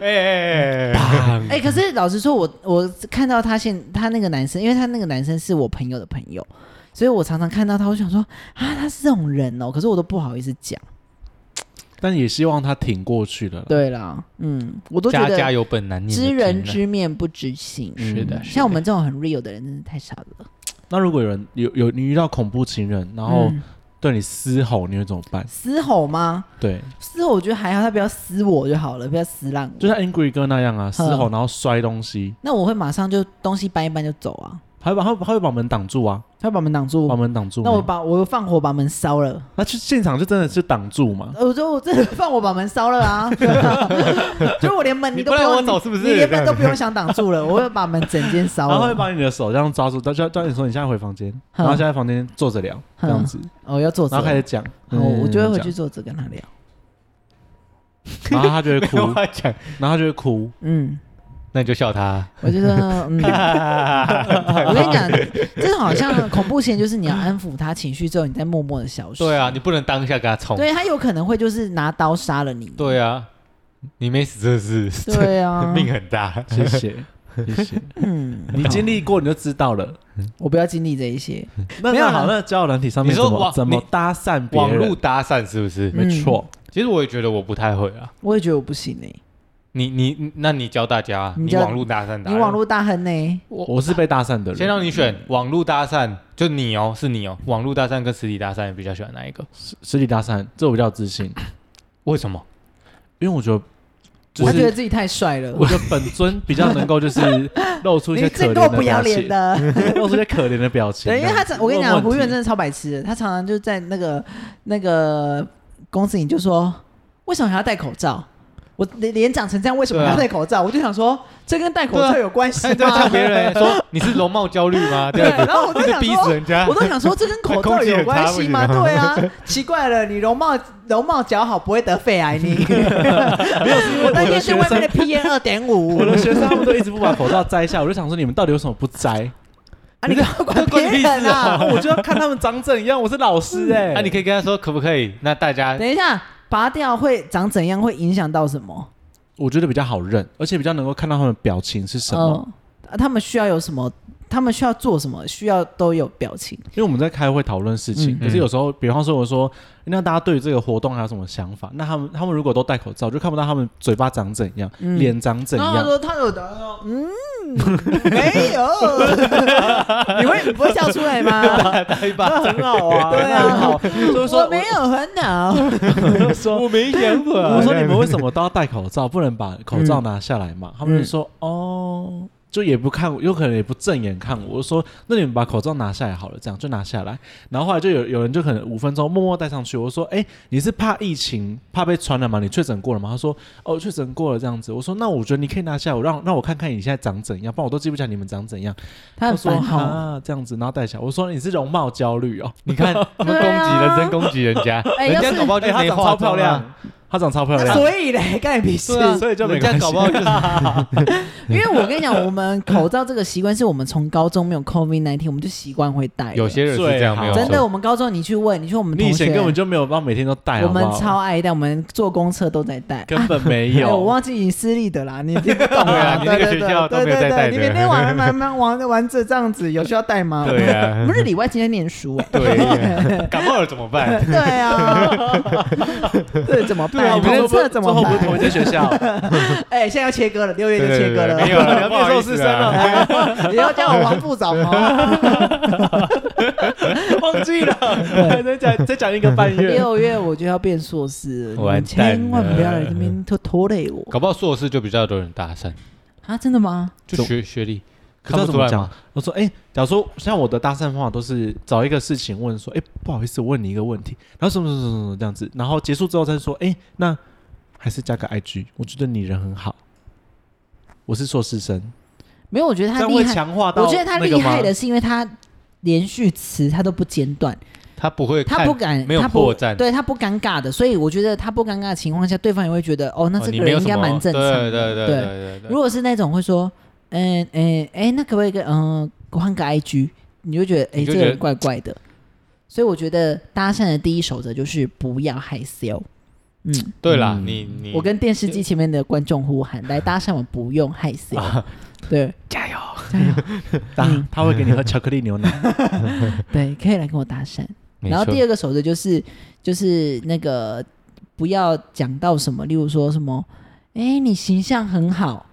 Speaker 2: 哎哎哎，
Speaker 1: 砰
Speaker 3: 哎、可是老实说我，我看到他现他那个男生，因为他那个男生是我朋友的朋友，所以我常常看到他，我想说啊，他是这种人哦，可是我都不好意思讲。
Speaker 1: 但也希望他挺过去了啦。
Speaker 3: 对啦，嗯，我都觉
Speaker 2: 家家
Speaker 3: 得
Speaker 2: 有本难念的
Speaker 3: 知人
Speaker 2: 经啊
Speaker 3: 知面不知心，
Speaker 2: 是的
Speaker 3: 嗯
Speaker 2: 是的
Speaker 3: 像我们这种很 real 的人，真的太少了。
Speaker 1: 那如果有人有有你遇到恐怖情人，然后
Speaker 3: 嗯
Speaker 1: 对你嘶吼，你会怎么办？
Speaker 3: 嘶吼吗？
Speaker 1: 对，
Speaker 3: 嘶吼我觉得还好，他不要撕我就好了，不要撕烂我。
Speaker 1: 就像 Angry 哥那样啊，嘶吼然后摔东西，
Speaker 3: 那我会马上就东西搬一搬就走啊，
Speaker 1: 他会把他会他会把门挡住啊，
Speaker 3: 他把门挡住
Speaker 1: 把，门挡住。啊
Speaker 3: 那我把我又放火把门烧了。
Speaker 1: 那去现场就真的是挡住嘛？
Speaker 3: 呃我说我真的放我把门烧了啊！就是我连门
Speaker 2: 你
Speaker 3: 都
Speaker 2: 不让
Speaker 3: 用
Speaker 2: 我走是不是
Speaker 3: 你连门都不用想挡住了，我会把门整间烧
Speaker 1: 然后会
Speaker 3: 了。
Speaker 1: 把你的手这样抓住，他就叫你说你现在回房间，
Speaker 3: 嗯
Speaker 1: 然后现在房间坐着聊这样子，
Speaker 3: 哦，要坐着
Speaker 1: 然后，开始讲，
Speaker 3: 然后哦我就会回去
Speaker 1: 嗯，
Speaker 3: 坐着跟他聊。
Speaker 1: 讲然后他就会 哭，
Speaker 2: 没话讲，
Speaker 1: 然后他就会哭，
Speaker 3: 嗯，
Speaker 2: 那你就笑他。
Speaker 3: 我就说，嗯， 我跟你讲，这种好像恐怖情人就是你要安抚他情绪之后，你再默默的消失。
Speaker 2: 对啊，你不能当下跟他冲。
Speaker 3: 对他有可能会就是拿刀杀了你。
Speaker 2: 对啊，你没死这是
Speaker 3: 对啊，
Speaker 2: 命很大。
Speaker 1: 谢 谢。谢谢，
Speaker 3: 嗯，
Speaker 1: 你经历过你就知道了。
Speaker 3: 我不要经历这一些。
Speaker 1: 那
Speaker 3: 没有
Speaker 1: 那
Speaker 3: 啦
Speaker 1: 好，那交友软体上面
Speaker 2: 你
Speaker 1: 怎
Speaker 2: 说
Speaker 1: 么
Speaker 2: 网
Speaker 1: 怎么
Speaker 2: 你
Speaker 1: 搭讪别
Speaker 2: 网络
Speaker 1: 人？
Speaker 2: 搭讪是不是？
Speaker 1: 没错，
Speaker 3: 嗯
Speaker 2: 其实我也觉得我不太会啊。
Speaker 3: 我也觉得我不行哎、
Speaker 2: 你你你那你教大家啊，
Speaker 3: 你
Speaker 2: 你
Speaker 3: 教
Speaker 2: 网络搭讪达人，
Speaker 3: 你网络大亨呢、欸
Speaker 1: 我是被搭讪的人。
Speaker 2: 先让你选网络搭讪，就你哦，是你哦，网络搭讪跟实体搭讪，你比较喜欢哪一个？
Speaker 1: 实体搭讪，这我比较有自信，
Speaker 2: 为什么？
Speaker 1: 因为我觉得就
Speaker 3: 他觉得
Speaker 1: 是
Speaker 3: 自己太帅了
Speaker 1: 我。觉得本尊比较能够就是露出一些
Speaker 3: 你
Speaker 1: 可
Speaker 3: 最
Speaker 1: 怜
Speaker 3: 够
Speaker 1: 的
Speaker 3: 不要
Speaker 1: 表
Speaker 3: 脸
Speaker 1: 情，
Speaker 3: 的，
Speaker 1: 露出一些可怜的表情。
Speaker 3: 对，因为他常我跟你讲，
Speaker 1: 问问题
Speaker 3: 胡远真的超白痴的，他常常就在那个那个公司里就说，为什么还要戴口罩？我脸脸长成这样，为什么
Speaker 2: 对啊
Speaker 3: 还要戴口罩？我就想说，这跟戴口罩
Speaker 2: 对啊
Speaker 3: 有关系
Speaker 2: 那你 在
Speaker 3: 吗
Speaker 2: 呛？别人说你是容貌焦虑吗？这
Speaker 3: 对，
Speaker 2: 样子，
Speaker 3: 然后我就
Speaker 2: 一直
Speaker 3: 想
Speaker 2: 逼
Speaker 3: 说
Speaker 2: 死。人家
Speaker 3: 我。都想说，这跟 口罩有关系吗？
Speaker 2: 空气
Speaker 3: 对啊，奇怪了，你容貌容貌姣好不会得肺癌
Speaker 1: 没
Speaker 3: 你？
Speaker 1: 有，是因为
Speaker 3: 我
Speaker 1: 我
Speaker 3: 那
Speaker 1: 的
Speaker 3: 天去
Speaker 1: 学
Speaker 3: 外面
Speaker 1: 生
Speaker 3: 的，PM 二点五
Speaker 1: 我，的学生他们都一直不把口罩摘下，我就想说你们到底有什么不摘？
Speaker 3: 啊，你干嘛 管别人
Speaker 1: 然
Speaker 3: 啊
Speaker 1: 后？我就要看他们长怎样，我是老师哎。
Speaker 2: 那啊你可以跟他说可不可以？那大家
Speaker 3: 等一下，拔掉会长怎样？会影响到什么？
Speaker 1: 我觉得比较好认，而且比较能够看到他们表情是什么。
Speaker 3: 呃？他们需要有什么？他们需要做什么？需要都有表情。
Speaker 1: 因为我们在开会讨论事情，
Speaker 3: 嗯
Speaker 1: 可是有时候，比方说我说，哎那大家对于这个活动还有什么想法？那他们他们如果都戴口罩，就看不到他们嘴巴长怎样，
Speaker 3: 嗯
Speaker 1: 脸长怎
Speaker 3: 然后他
Speaker 1: 样。
Speaker 3: 说他有的，嗯，没有，你会你不会笑出来吗？
Speaker 2: 打一
Speaker 1: 那
Speaker 2: 巴掌
Speaker 1: 很，好啊，
Speaker 3: 对啊
Speaker 1: 很好。所以说
Speaker 3: 我没有很恼，
Speaker 1: 有说，
Speaker 2: 我没想过 啊。
Speaker 1: 我说
Speaker 2: 这
Speaker 1: 你
Speaker 2: 样子
Speaker 1: 们为什么都要戴口罩？不能把口罩拿下来
Speaker 3: 嗯
Speaker 1: 嘛？他们就说哦，就也不看我，有可能也不正眼看我。我就说那你们把口罩拿下来好了，这样就拿下来。然后后来就有有人就可能五分钟默默戴上去。我说哎，你是怕疫情怕被传染吗？你确诊过了吗？他说哦，确诊过了这样子。我说那我觉得你可以拿下来，我让让我看看你现在长怎样，不然我都记不起来你们长怎样。
Speaker 3: 他很
Speaker 1: 说
Speaker 3: 烦哈。
Speaker 1: 啊这样子，然后戴起来。我说你是容貌焦虑哦。
Speaker 2: 你看，他们
Speaker 3: 对
Speaker 2: 攻击
Speaker 3: 啊
Speaker 2: 人身攻击人家，
Speaker 3: 哎
Speaker 2: 人
Speaker 3: 要
Speaker 2: 家
Speaker 3: 是
Speaker 2: 搞不好就
Speaker 1: 哎她
Speaker 2: 没
Speaker 1: 长
Speaker 2: 化
Speaker 1: 超
Speaker 2: 妆
Speaker 1: 漂
Speaker 2: 啊
Speaker 1: 亮，她长超漂
Speaker 3: 那
Speaker 1: 亮，
Speaker 3: 所以嘞，干你屁事？
Speaker 2: 对啊，
Speaker 1: 所以就没
Speaker 2: 人家
Speaker 1: 关系
Speaker 2: 搞不好就是
Speaker 3: 因为我跟你讲，我们口罩这个习惯是我们从高中没有 COVID 那天，我们就习惯会戴了。
Speaker 2: 有些人是这样，没有
Speaker 3: 真的，
Speaker 2: 错
Speaker 3: 我们高中你去问，你去问我们
Speaker 1: 你
Speaker 3: 同
Speaker 1: 以
Speaker 3: 学，
Speaker 1: 前根本就没有帮每天都戴，好
Speaker 3: 我
Speaker 1: 不
Speaker 3: 们
Speaker 1: 好？
Speaker 3: 超爱戴，我们坐公车都在戴。
Speaker 1: 根本没
Speaker 3: 哎我
Speaker 1: 有，
Speaker 3: 忘记你私立的啦，你听不懂
Speaker 2: 对啊你那
Speaker 3: 对
Speaker 2: 个
Speaker 3: 对对
Speaker 2: 学校都
Speaker 3: 对
Speaker 2: 没有在
Speaker 3: 对
Speaker 2: 戴
Speaker 3: 对，
Speaker 2: 的
Speaker 3: 你每天玩玩玩玩玩着这样子，有需要戴吗？
Speaker 2: 对啊
Speaker 3: 我们是里外今天念书哎。
Speaker 2: 对，感冒了怎么办？
Speaker 3: 对啊，这怎么
Speaker 1: 对啊，我
Speaker 3: 办？
Speaker 1: 们
Speaker 3: 同
Speaker 1: 都不
Speaker 3: 测
Speaker 1: 最
Speaker 3: 怎么
Speaker 1: 后不是
Speaker 3: 办？
Speaker 1: 同一间学 校，
Speaker 3: 哎，现在要切割了，六月
Speaker 2: 对
Speaker 3: 就
Speaker 2: 对
Speaker 3: 切割
Speaker 2: 对，
Speaker 3: 了，
Speaker 2: 没有了，
Speaker 1: 要
Speaker 2: 不好
Speaker 1: 变
Speaker 2: 意
Speaker 1: 寿
Speaker 2: 思
Speaker 1: 司生
Speaker 2: 啊
Speaker 1: 了。
Speaker 3: 你要叫我王部长吗？
Speaker 1: 忘记了，还在讲 再讲一个半月，
Speaker 3: 六月我就要变硕士了，你
Speaker 2: 完
Speaker 3: 们
Speaker 2: 蛋
Speaker 3: 千万不要来
Speaker 2: 了
Speaker 3: 这边拖拖累我
Speaker 2: 搞不好硕士就比较多人搭讪，
Speaker 3: 啊！真的吗？
Speaker 2: 就
Speaker 1: 总
Speaker 2: 学学历
Speaker 1: 不知
Speaker 2: 看
Speaker 1: 道
Speaker 2: 不
Speaker 1: 怎
Speaker 2: 出
Speaker 1: 么
Speaker 2: 来
Speaker 1: 讲
Speaker 2: 吗？。
Speaker 1: 我说，哎、假如说像我的搭讪方法都是找一个事情问说，哎、不好意思，我问你一个问题，然后什么什么什么什么这样子，然后结束之后再说，哎、那还是加个 IG，我觉得你人很好。我是硕士生，
Speaker 3: 没有，我觉得
Speaker 1: 这
Speaker 3: 他
Speaker 1: 样
Speaker 3: 厉
Speaker 1: 会
Speaker 3: 害。
Speaker 1: 强化到
Speaker 3: 我觉得他
Speaker 1: 那
Speaker 3: 厉
Speaker 1: 个吗
Speaker 3: 害的是因为他连续词他都不间断，
Speaker 2: 他不会看，
Speaker 3: 他不敢，
Speaker 2: 没有
Speaker 3: 他
Speaker 2: 破
Speaker 3: 不
Speaker 2: 绽
Speaker 3: 对他不尴尬的，所以我觉得他不尴尬的情况下，对方也会觉得哦，那
Speaker 2: 哦
Speaker 3: 这
Speaker 2: 你
Speaker 3: 个
Speaker 2: 没有
Speaker 3: 人应该
Speaker 2: 什么
Speaker 3: 蛮正常的。
Speaker 2: 对对对
Speaker 3: 对
Speaker 2: 对对
Speaker 3: 如果是那种会说，嗯嗯哎，那可不可以跟嗯换个 IG？你就觉得哎，
Speaker 2: 你就
Speaker 3: 这
Speaker 2: 觉得
Speaker 3: 个人怪怪的。所以我觉得搭讪的第一守则就是不要害羞。嗯，
Speaker 2: 对啦，
Speaker 1: 嗯
Speaker 2: 你你
Speaker 3: 我跟电视机前面的观众呼喊，来搭讪我不用害羞。
Speaker 2: 啊
Speaker 3: 对
Speaker 2: 加油，
Speaker 1: 他啊他会给你喝巧克力牛奶，
Speaker 3: 对，可以来跟我搭讪。然后第
Speaker 2: 二
Speaker 3: 二个守则就是就是那个不要讲到什么，例如说什么，哎，你形象很好，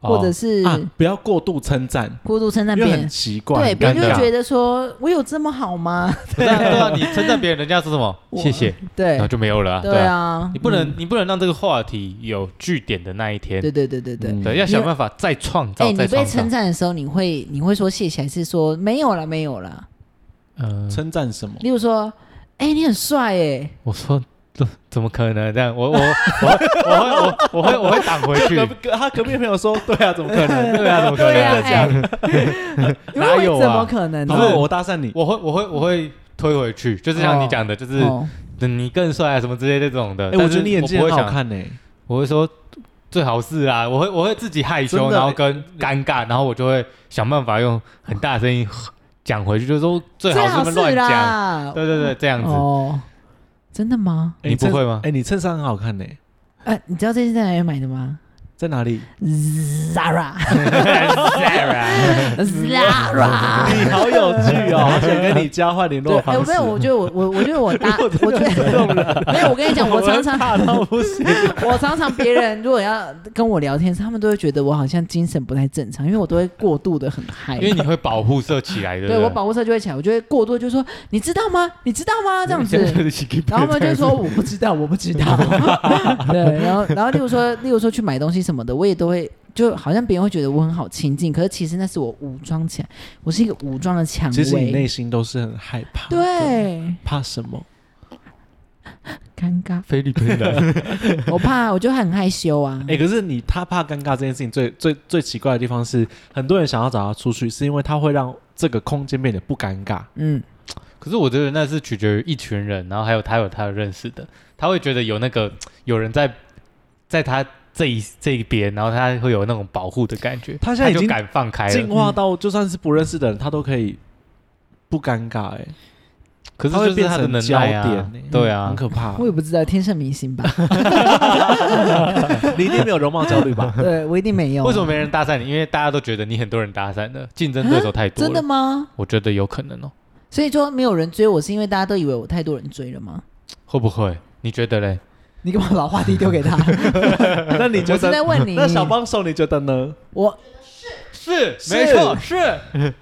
Speaker 2: 哦
Speaker 3: 或者 是
Speaker 1: 啊，不要过度称赞，
Speaker 3: 过度称赞
Speaker 1: 因
Speaker 3: 别
Speaker 1: 为
Speaker 3: 人
Speaker 1: 很，奇
Speaker 3: 对
Speaker 1: 怪，
Speaker 3: 别人就
Speaker 2: 尴
Speaker 3: 会
Speaker 2: 尬
Speaker 3: 觉得说我有这么好吗？
Speaker 2: 对啊对啊，你称赞别人，人家说什么？
Speaker 3: 我
Speaker 2: 谢谢，
Speaker 3: 对
Speaker 2: 然后就没有了啊。
Speaker 3: 对
Speaker 2: 啊，
Speaker 3: 啊，
Speaker 2: 你不能
Speaker 3: 嗯，
Speaker 2: 你不能让这个话题有据点的那一天。
Speaker 3: 对对对对对。
Speaker 1: 嗯
Speaker 2: 对，要想办法再创
Speaker 3: 哎，
Speaker 2: 造，
Speaker 3: 你
Speaker 2: 再
Speaker 3: 被
Speaker 2: 创
Speaker 3: 称
Speaker 2: 造。
Speaker 3: 赞的时候，你会你会说谢谢，还是说没有了没有了？
Speaker 2: 嗯，
Speaker 1: 称赞什么？
Speaker 3: 例如说，哎，你很帅哎，
Speaker 2: 我说这怎么可能？这样我我我我我我会我会挡回 去。
Speaker 1: 隔隔他隔壁的朋友说，对啊，怎么可能？
Speaker 2: 对啊，怎么可
Speaker 3: 对啊，
Speaker 2: 能？
Speaker 3: 哎，因为
Speaker 2: 哪有啊
Speaker 3: 怎么可能
Speaker 1: 不
Speaker 3: 呢？
Speaker 1: 是我搭讪你，
Speaker 2: 我会我会我会推回去，就是像你
Speaker 3: 哦
Speaker 2: 讲的，就是
Speaker 3: 哦
Speaker 2: 你更帅啊什么之类的这种的。
Speaker 1: 哎、
Speaker 2: 但
Speaker 1: 我觉
Speaker 2: 是
Speaker 1: 得你眼睛
Speaker 2: 我不
Speaker 1: 很
Speaker 2: 会
Speaker 1: 好
Speaker 2: 想，
Speaker 1: 看呢、
Speaker 2: 我会说最好是啊，我会我会自己害
Speaker 1: 真
Speaker 2: 羞，
Speaker 1: 的欸
Speaker 2: 然后跟尴尬，然后我就会想办法用很大声音讲回去，就是说最
Speaker 3: 最
Speaker 2: 好
Speaker 3: 好
Speaker 2: 是乱
Speaker 3: 是
Speaker 2: 讲。
Speaker 3: 啦，
Speaker 2: 对对对，这样子。
Speaker 3: 哦，真的吗？
Speaker 1: 哎
Speaker 2: 你不
Speaker 1: 衬
Speaker 2: 会吗
Speaker 1: 哎、你衬衫很好看呢、
Speaker 3: 哎、你知道这是在哪里买的吗
Speaker 1: 在哪里？
Speaker 3: ？Zara，Zara，
Speaker 1: 你好有趣哦，好想跟你交换联
Speaker 3: 啊对，
Speaker 1: 络
Speaker 3: 哎、
Speaker 1: 方
Speaker 3: 我
Speaker 1: 式。
Speaker 3: 没有，我觉得我我我觉得我搭， 我
Speaker 1: 真的
Speaker 3: 觉
Speaker 1: 这种人
Speaker 3: 得 没有，我跟你讲，我常常
Speaker 1: 怕到不行。
Speaker 3: 我常常别人如果要跟我聊天，他们都会觉得我好像精神不太正常，因为我都会过度的很嗨
Speaker 2: 因。为你会保护色起来的。
Speaker 3: 对我保护色就会起来，我就会过度就说你知道吗？你知道吗？这样 子， 然后他们就说我不知道，我不知道。对，然后然后例如说，例如说去买东西什么的，我也都会，就好像别人会觉得我很好亲近，可是其实那是我武装起来，我是一个武装的蔷
Speaker 1: 其实你内
Speaker 3: 薇。
Speaker 1: 心都是很害怕，，
Speaker 3: 对，
Speaker 1: 怕什么？
Speaker 3: 尴尬，
Speaker 2: 菲律宾的，
Speaker 3: 我怕，我就很害羞啊。
Speaker 1: 哎、可是你他怕尴尬这件事情最最最奇怪的地方是，很多人想要找他出去，是因为他会让这个空间变得不尴尬。
Speaker 3: 嗯，
Speaker 2: 可是我觉得那是取决于一群人，然后还有他有他的认识的，他会觉得有那个有人在在他这一这一边，然后他会有那种保护的感觉，
Speaker 1: 他现在已
Speaker 2: 就
Speaker 1: 经
Speaker 2: 敢放开
Speaker 1: 进
Speaker 2: 了。
Speaker 1: 化到就算是不认识的人，他都可以不尴尬、哎，
Speaker 2: 可是
Speaker 1: 他
Speaker 2: 就
Speaker 1: 会
Speaker 2: 是
Speaker 1: 变
Speaker 2: 他的
Speaker 1: 成
Speaker 2: 能
Speaker 1: 焦
Speaker 2: 耐
Speaker 1: 点、
Speaker 2: 啊
Speaker 1: 哎，
Speaker 2: 对啊
Speaker 1: 很，可怕
Speaker 3: 我。也不知道，天生明星吧？
Speaker 1: 你一定没有容貌焦虑吧？
Speaker 3: 对我一定没有。啊
Speaker 2: 为什么没人搭讪你？因为大家都觉得你很多人搭讪的，竞争对手太多
Speaker 3: 真的
Speaker 2: 了。
Speaker 3: 吗？
Speaker 2: 我觉得有可能哦，
Speaker 3: 所以说没有人追我，是因为大家都以为我太多人追了吗？
Speaker 2: 会不会？你觉得嘞？
Speaker 3: 你干嘛把话题丢 给他？
Speaker 1: 那你觉
Speaker 3: 我是在
Speaker 1: 得？
Speaker 3: 问你。
Speaker 1: 那小帮手你觉得呢？
Speaker 3: 我
Speaker 2: 是，
Speaker 1: 是
Speaker 2: 没错，是，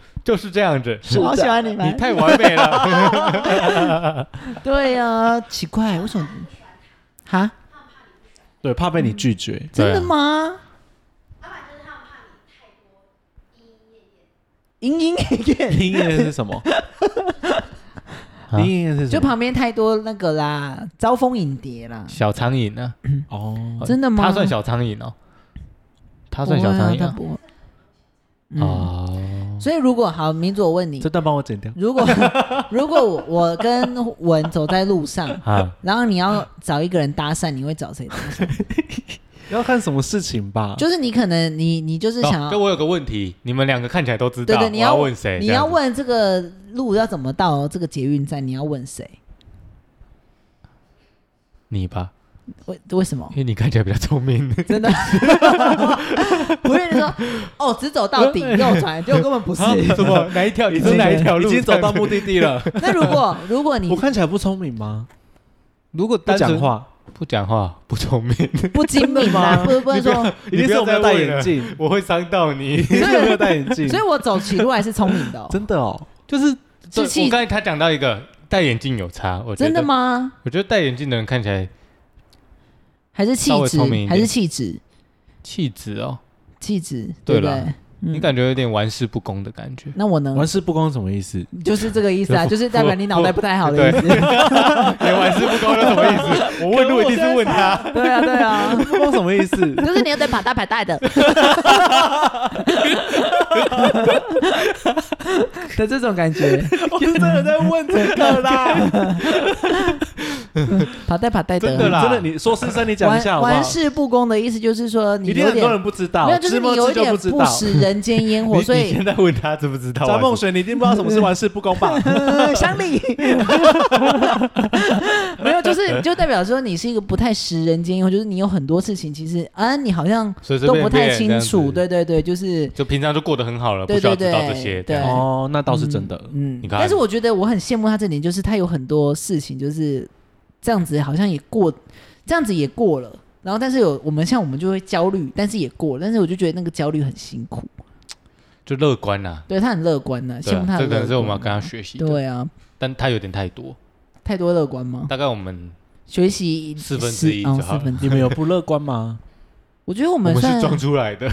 Speaker 2: 就是这样子。
Speaker 3: 我好喜欢你们
Speaker 2: 你。太完美了。
Speaker 3: 对啊，奇怪，为什么？哈，
Speaker 1: 对，怕被你拒
Speaker 2: 啊
Speaker 1: 绝。
Speaker 3: 真的吗？隐隐约约，
Speaker 1: 阴影是什么？
Speaker 2: 啊
Speaker 1: 阴影是什
Speaker 3: 就
Speaker 1: 么？
Speaker 3: 旁边太多那个啦，招蜂引蝶啦，
Speaker 2: 小苍蝇呢？
Speaker 1: 哦，
Speaker 3: 真的吗？
Speaker 2: 呃他算小苍蝇哦，他
Speaker 3: 不
Speaker 2: 算
Speaker 3: 会
Speaker 2: 小
Speaker 3: 啊，
Speaker 2: 苍
Speaker 3: 他
Speaker 2: 蝇
Speaker 3: 不会。嗯，
Speaker 2: 哦。
Speaker 3: 所以如果好，明主我问你
Speaker 1: 这，段帮我剪掉。
Speaker 3: 如果 如果我我跟文走在路上，
Speaker 2: 啊，
Speaker 3: 然后你要找一个人搭讪，你会找谁 搭讪？
Speaker 1: 要看什么事情吧，
Speaker 3: 就是你可能你你就是想
Speaker 2: 哦
Speaker 3: 要
Speaker 2: 就我有个问题，你们两个看起来都知道，
Speaker 3: 对对，你
Speaker 2: 我要
Speaker 3: 问
Speaker 2: 问谁？
Speaker 3: 你
Speaker 2: 这样
Speaker 3: 要
Speaker 2: 子
Speaker 3: 问这个路要怎么到这个捷运站，你要问谁？
Speaker 2: 你吧，
Speaker 3: 为为什么
Speaker 2: 因？为你看起来比较聪 明。
Speaker 3: 真的？不是你说哦，只走到底右转，就根本不是。
Speaker 2: 什啊么？哪一条？你
Speaker 1: 已
Speaker 2: 说
Speaker 1: 经
Speaker 2: 哪一条路？
Speaker 1: 已经走到目的地 了。
Speaker 3: 那如果如果你
Speaker 1: 我看起来不聪明吗？
Speaker 2: 如果
Speaker 1: 不
Speaker 2: 单
Speaker 1: 讲
Speaker 2: 纯
Speaker 1: 话，
Speaker 2: 不讲话，不 聪明，
Speaker 3: 不精明啦，不不能说，
Speaker 1: 一定是我没有戴眼镜，
Speaker 2: 我会伤到你。
Speaker 1: 一定是我没有戴眼镜
Speaker 3: 所，以我走起路来是聪明的哦，
Speaker 1: 真的哦。
Speaker 2: 就是，对
Speaker 3: 是
Speaker 2: 我
Speaker 3: 气
Speaker 2: 刚才他讲到一个戴眼镜有差，我觉得
Speaker 3: 真的？吗？
Speaker 2: 我觉得戴眼镜的人看起来
Speaker 3: 还是气
Speaker 2: 稍微
Speaker 3: 质
Speaker 2: 聪明一？点
Speaker 3: 还是气质？
Speaker 2: 气质哦，
Speaker 3: 气质
Speaker 2: 对
Speaker 3: 不
Speaker 2: 啦
Speaker 3: 对？
Speaker 2: 你
Speaker 3: 嗯，
Speaker 2: 感觉有点玩世不恭的感觉，
Speaker 3: 那我能
Speaker 1: 玩世不恭是什么意思？
Speaker 3: 就是这个意思啊，就是代表你脑袋不太好的
Speaker 2: 对
Speaker 3: 意思。
Speaker 2: 连玩世不恭都什么 意思？我问路一定是问他，
Speaker 3: 对啊，对啊，
Speaker 1: 不恭什么意思？
Speaker 3: 就是你要得把大牌带的。的这种感觉，
Speaker 1: 我真的在问这个啦，
Speaker 3: 跑带跑带
Speaker 2: 真的啦
Speaker 1: 真的，你说师生，你讲一
Speaker 3: 玩
Speaker 1: 下好不好
Speaker 3: 玩？世不恭的意思就是说你
Speaker 1: 一定
Speaker 3: 有
Speaker 1: 很多
Speaker 3: 点
Speaker 1: 人不知道
Speaker 3: 没有，，就是
Speaker 1: 芝
Speaker 3: 你
Speaker 1: 麻
Speaker 3: 有
Speaker 1: 汁
Speaker 3: 一
Speaker 1: 就
Speaker 3: 点
Speaker 1: 不知
Speaker 3: 不
Speaker 1: 道。
Speaker 3: 食人间烟火，
Speaker 2: 你
Speaker 3: 所
Speaker 2: 你
Speaker 3: 以
Speaker 2: 现在问他知不知道玩
Speaker 1: 张
Speaker 2: 世？
Speaker 1: 梦雪，你一定不知道什么是玩世不恭吧？
Speaker 3: 呃乡里 没有，就是就代表说你是一个不太食人间烟火，就是你有很多事情其实啊你好像
Speaker 2: 随随
Speaker 3: 都
Speaker 2: 便
Speaker 3: 不
Speaker 2: 便
Speaker 3: 太清楚，
Speaker 2: 这样
Speaker 3: 对
Speaker 2: 子，
Speaker 3: 对对，就是
Speaker 2: 就平常就过得很好了，不
Speaker 3: 对
Speaker 2: 需要
Speaker 3: 对对
Speaker 2: 知道这些。这
Speaker 3: 对
Speaker 2: 样
Speaker 1: 哦，那倒是真的。
Speaker 3: 嗯
Speaker 2: 你，看
Speaker 3: 但是我觉得我很羡慕他这点，就是他有很多事情就是这样子，好像也过，这样子也过了。然后，但是有我们像我们就会焦虑，但是也过了。但是我就觉得那个焦虑很辛苦，
Speaker 2: 就乐观啦。
Speaker 3: 对他很乐观呢、
Speaker 2: 对
Speaker 3: 羡
Speaker 2: 啊
Speaker 3: 慕他的
Speaker 2: 这
Speaker 3: 乐观。
Speaker 2: 可能是我们要跟他学习的，
Speaker 3: 对啊，
Speaker 2: 但他有点太多，
Speaker 3: 太多乐观吗？
Speaker 2: 大概我们
Speaker 3: 学习
Speaker 2: 四分之一
Speaker 3: 是哦
Speaker 2: 就好了
Speaker 3: 四分之
Speaker 1: 你
Speaker 3: 一。
Speaker 1: 们有不乐观吗？
Speaker 3: 我觉得我
Speaker 2: 我
Speaker 3: 们
Speaker 2: 们
Speaker 3: 算
Speaker 2: 是，装出来的，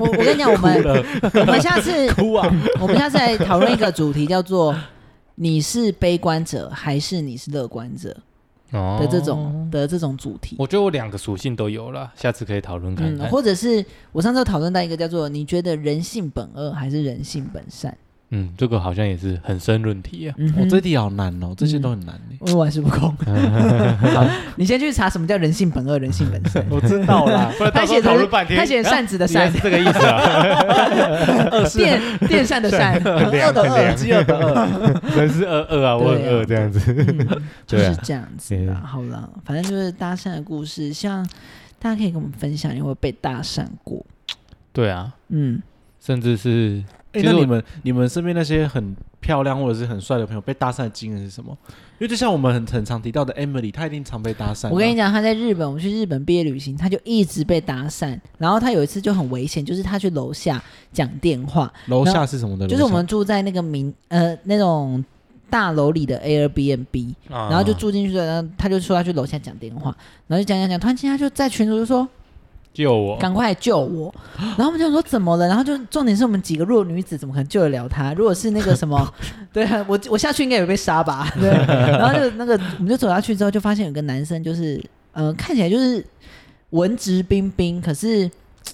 Speaker 3: 我我跟你讲，我
Speaker 1: 哭
Speaker 3: 们
Speaker 1: 了，
Speaker 3: 我们下次
Speaker 1: 哭啊！
Speaker 3: 我们下次来讨论一个主题，叫做“你是悲观者还是你是乐观者”的
Speaker 2: 的
Speaker 3: 这种的这种主题。
Speaker 2: 哦我觉得我两个属性都有了，下次可以讨论看
Speaker 3: 嗯，
Speaker 2: 看。
Speaker 3: 或者是我上次有讨论到一个叫做“你觉得人性本恶还是人性本善
Speaker 2: 嗯，这个好像也是很深论题啊”。。
Speaker 3: 嗯
Speaker 1: 我
Speaker 3: 哼，
Speaker 1: 这题好难哦，这些都很难耶。
Speaker 3: 嗯我玩世不 恭。你先去查什么叫人性本恶，人性本 善。
Speaker 1: 我知道啦，
Speaker 2: 不然
Speaker 3: 他
Speaker 2: 到时候
Speaker 3: 写
Speaker 2: 讨论
Speaker 3: 的
Speaker 2: 半天，
Speaker 3: 他写扇子的扇
Speaker 2: 原来，是这个意思啊，
Speaker 3: 电电扇的扇，很
Speaker 2: 很凉
Speaker 3: 恶的
Speaker 2: 很
Speaker 3: 恶
Speaker 2: 凉，
Speaker 1: 饥饿的饿，
Speaker 2: 人是二二啊，我很
Speaker 3: 对啊
Speaker 2: 二这样子。
Speaker 3: 嗯就
Speaker 2: 对啊
Speaker 3: 是这样子
Speaker 2: 对
Speaker 3: 啦。好了，反正就是搭讪的故事，希望大家可以跟我们分享，有没有被搭讪过？
Speaker 2: 对啊，
Speaker 3: 嗯，
Speaker 2: 甚至是
Speaker 1: 哎、
Speaker 2: 其实
Speaker 1: 那
Speaker 2: 我
Speaker 1: 你们你们身边那些很漂亮或者是很帅的朋友被搭讪的经验是什么？因为就像我们很很常提到的 Emily，她一定常被搭讪啊。
Speaker 3: 我跟你讲，他在日本，我去日本毕业旅行，他就一直被搭讪。然后他有一次就很危险，就是他去楼下讲电话，
Speaker 1: 楼下是什么的楼下？
Speaker 3: 就是我们住在那个民呃那种大楼里的 Airbnb，然
Speaker 2: 然
Speaker 1: 啊
Speaker 3: 后就住进去了，然后他就说他去楼下讲电话，然后就讲讲讲，突然间他就在群主就说
Speaker 2: 救
Speaker 1: 哦
Speaker 2: 我，
Speaker 3: 赶快来 救我，然后我们就想说怎么了，然后就重点是我们几个弱女子怎么可能救得了他？如果是那个 什么，对啊我我下去应该也被杀吧，对，然后就那个我们就走下去之后就发现有个男生就是呃看起来就是文质彬彬，可是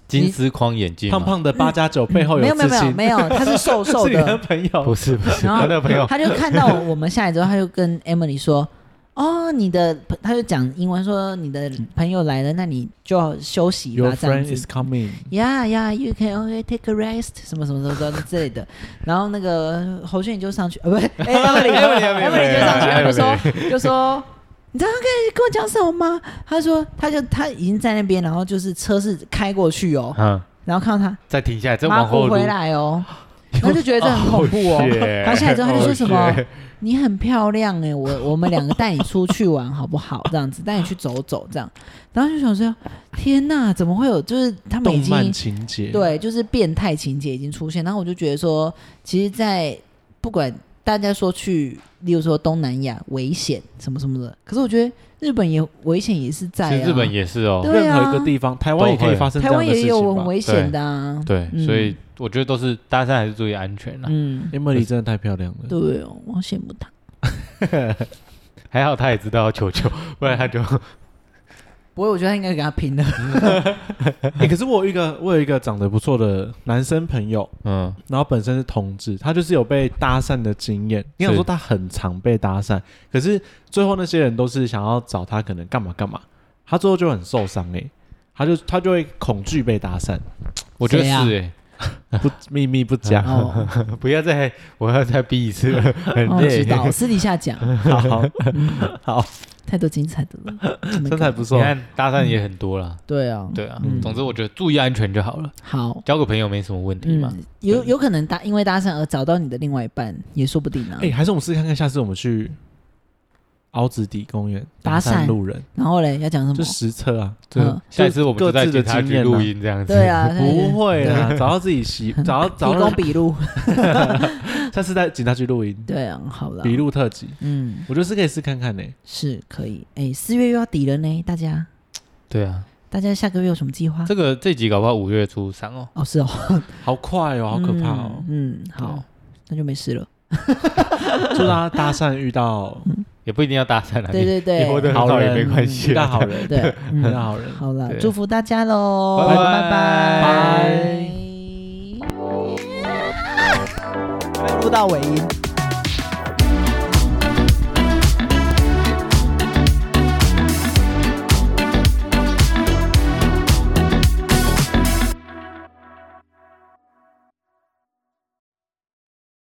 Speaker 2: 金丝框眼镜啊吗，
Speaker 1: 胖胖的八加九背后
Speaker 3: 没有没
Speaker 1: 刺
Speaker 3: 有没有
Speaker 1: 青，
Speaker 3: 没有，他是瘦瘦
Speaker 1: 是你的
Speaker 3: 的，
Speaker 1: 朋友
Speaker 2: 不是不是，
Speaker 3: 然
Speaker 2: 我
Speaker 3: 后
Speaker 2: 的朋友
Speaker 3: 他就看到我们下来之后，他就跟 Emily 说：“哦，你的朋，他就讲英文说你的朋友来了，那你就要休息
Speaker 1: ，Your
Speaker 3: 吧，这样
Speaker 1: friend
Speaker 3: 子
Speaker 1: is。coming。
Speaker 3: ”Yeah, yeah, you can only take a rest，什么什么什么之 类的。然后那个侯俊宇就上去，呃，不是哎，Emily，Emily 就上去，他
Speaker 2: Emily，Emily，Emily，
Speaker 3: 就
Speaker 2: Emily
Speaker 3: 说，就说。你知道他跟跟我讲什么吗？他说，他就他已经在那边，然后就是车是开过去哦，
Speaker 2: 嗯，
Speaker 3: 然后看到他
Speaker 2: 再停下来，再
Speaker 3: 马
Speaker 2: 往后
Speaker 3: 虎
Speaker 2: 撸
Speaker 3: 回，来 哦，然后就觉得这很恐怖哦
Speaker 2: Oh，shit
Speaker 3: 然后下来之后他就说什么
Speaker 1: 哦
Speaker 2: Oh shit
Speaker 3: 你很漂亮哎、我我们两个带你出去玩好不好？这样子带你去走走这样，然后就想说，天呐，怎么会有？就是他们已
Speaker 1: 动漫
Speaker 3: 经
Speaker 1: 情节，，
Speaker 3: 对，就是变态情节已经出现。然后我就觉得说，其实，在不管大家说去，例如说东南亚危险什么什么的，可是我觉得日本也危险也是在、啊
Speaker 2: 其，实日本也是哦，
Speaker 3: 对
Speaker 1: 任
Speaker 3: 啊
Speaker 1: 何一个地方，台湾也可以发生这
Speaker 3: 台
Speaker 1: 样
Speaker 3: 湾
Speaker 1: 的事
Speaker 3: 也有
Speaker 1: 情
Speaker 3: 很
Speaker 1: 吧。
Speaker 3: 危险的啊。
Speaker 2: 对，
Speaker 3: 嗯
Speaker 2: 所以我觉得都是搭讪还是注意安全啦。
Speaker 3: 嗯，
Speaker 1: Emily 真的太漂亮 了，
Speaker 3: 对哦，我好羡慕他。
Speaker 2: 还好他也知道要求救，不然他就
Speaker 3: 不会，我觉得他应该给他平了。
Speaker 1: 哎、可是我有一个我有一个长得不错的男生朋友，
Speaker 2: 嗯，
Speaker 1: 然后本身是同志，他就是有被搭讪的经验。你想说他很常被搭讪，可是最后那些人都是想要找他，可能干嘛干嘛，他最后就很受伤哎、他就他就会恐惧被搭讪，
Speaker 2: 我觉得
Speaker 3: 谁啊
Speaker 2: 是哎、
Speaker 1: 不秘密不讲。
Speaker 3: 哦，
Speaker 2: 不要再，我要再逼一次了，很
Speaker 3: 哦
Speaker 2: 累。
Speaker 3: 知道，私底下讲，
Speaker 1: 好，好，
Speaker 3: 太多精彩的了，真的
Speaker 1: 身材不
Speaker 2: 你
Speaker 1: 错。
Speaker 2: 看搭讪也很多啦，
Speaker 3: 对啊，
Speaker 2: 对啊。
Speaker 3: 嗯
Speaker 2: 总之我觉得注意安全就好了，
Speaker 3: 好，
Speaker 2: 交个朋友没什么问题嘛。
Speaker 3: 嗯，有有可能搭因为搭讪而找到你的另外一半，也说不定啊
Speaker 1: 哎、。还是我们试试看看，下次我们去凹子底公园
Speaker 3: 搭
Speaker 1: 搭
Speaker 3: 讪
Speaker 1: 讪路人，
Speaker 3: 然后嘞，要讲什
Speaker 1: 就
Speaker 3: 么？
Speaker 1: 实测啊。
Speaker 2: 对
Speaker 3: 嗯
Speaker 2: 下一次我们就再
Speaker 1: 各自的
Speaker 2: 请他
Speaker 1: 经
Speaker 2: 去
Speaker 1: 验啊
Speaker 2: 录音这样子。
Speaker 3: 对啊，
Speaker 1: 不会
Speaker 3: 对
Speaker 1: 啦，找到自己 喜，找到找
Speaker 3: 提
Speaker 1: 到
Speaker 3: 供，笔录，
Speaker 1: 下次带警察去录音，
Speaker 3: 对啊，好了，
Speaker 1: 笔，录特辑，
Speaker 3: 嗯，
Speaker 1: 我觉得是可以试看看呢、
Speaker 3: 是可以。哎，四月又要底了呢，大家，
Speaker 2: 对啊，
Speaker 3: 大家下个月有什么计划？
Speaker 2: 这个这集搞不好五月初上哦。
Speaker 3: 哦，是哦，
Speaker 1: 好快哦，好可怕哦！
Speaker 3: 嗯，嗯，好，那就没事了。嗯
Speaker 1: 祝大家搭讪遇到
Speaker 2: 也不一定要搭讪啊，
Speaker 3: 对
Speaker 2: 你
Speaker 3: 对对
Speaker 2: 你 活得很
Speaker 1: 好
Speaker 2: 好也
Speaker 1: 人，
Speaker 2: 没关系
Speaker 1: 遇到
Speaker 2: 啊。
Speaker 1: 好人，
Speaker 3: 对，
Speaker 1: 遇
Speaker 3: 嗯
Speaker 1: 到，好人。
Speaker 3: 好了，
Speaker 2: 对
Speaker 3: 祝福大家喽，
Speaker 2: 拜拜
Speaker 3: 拜
Speaker 1: 拜
Speaker 3: 拜，录到尾音。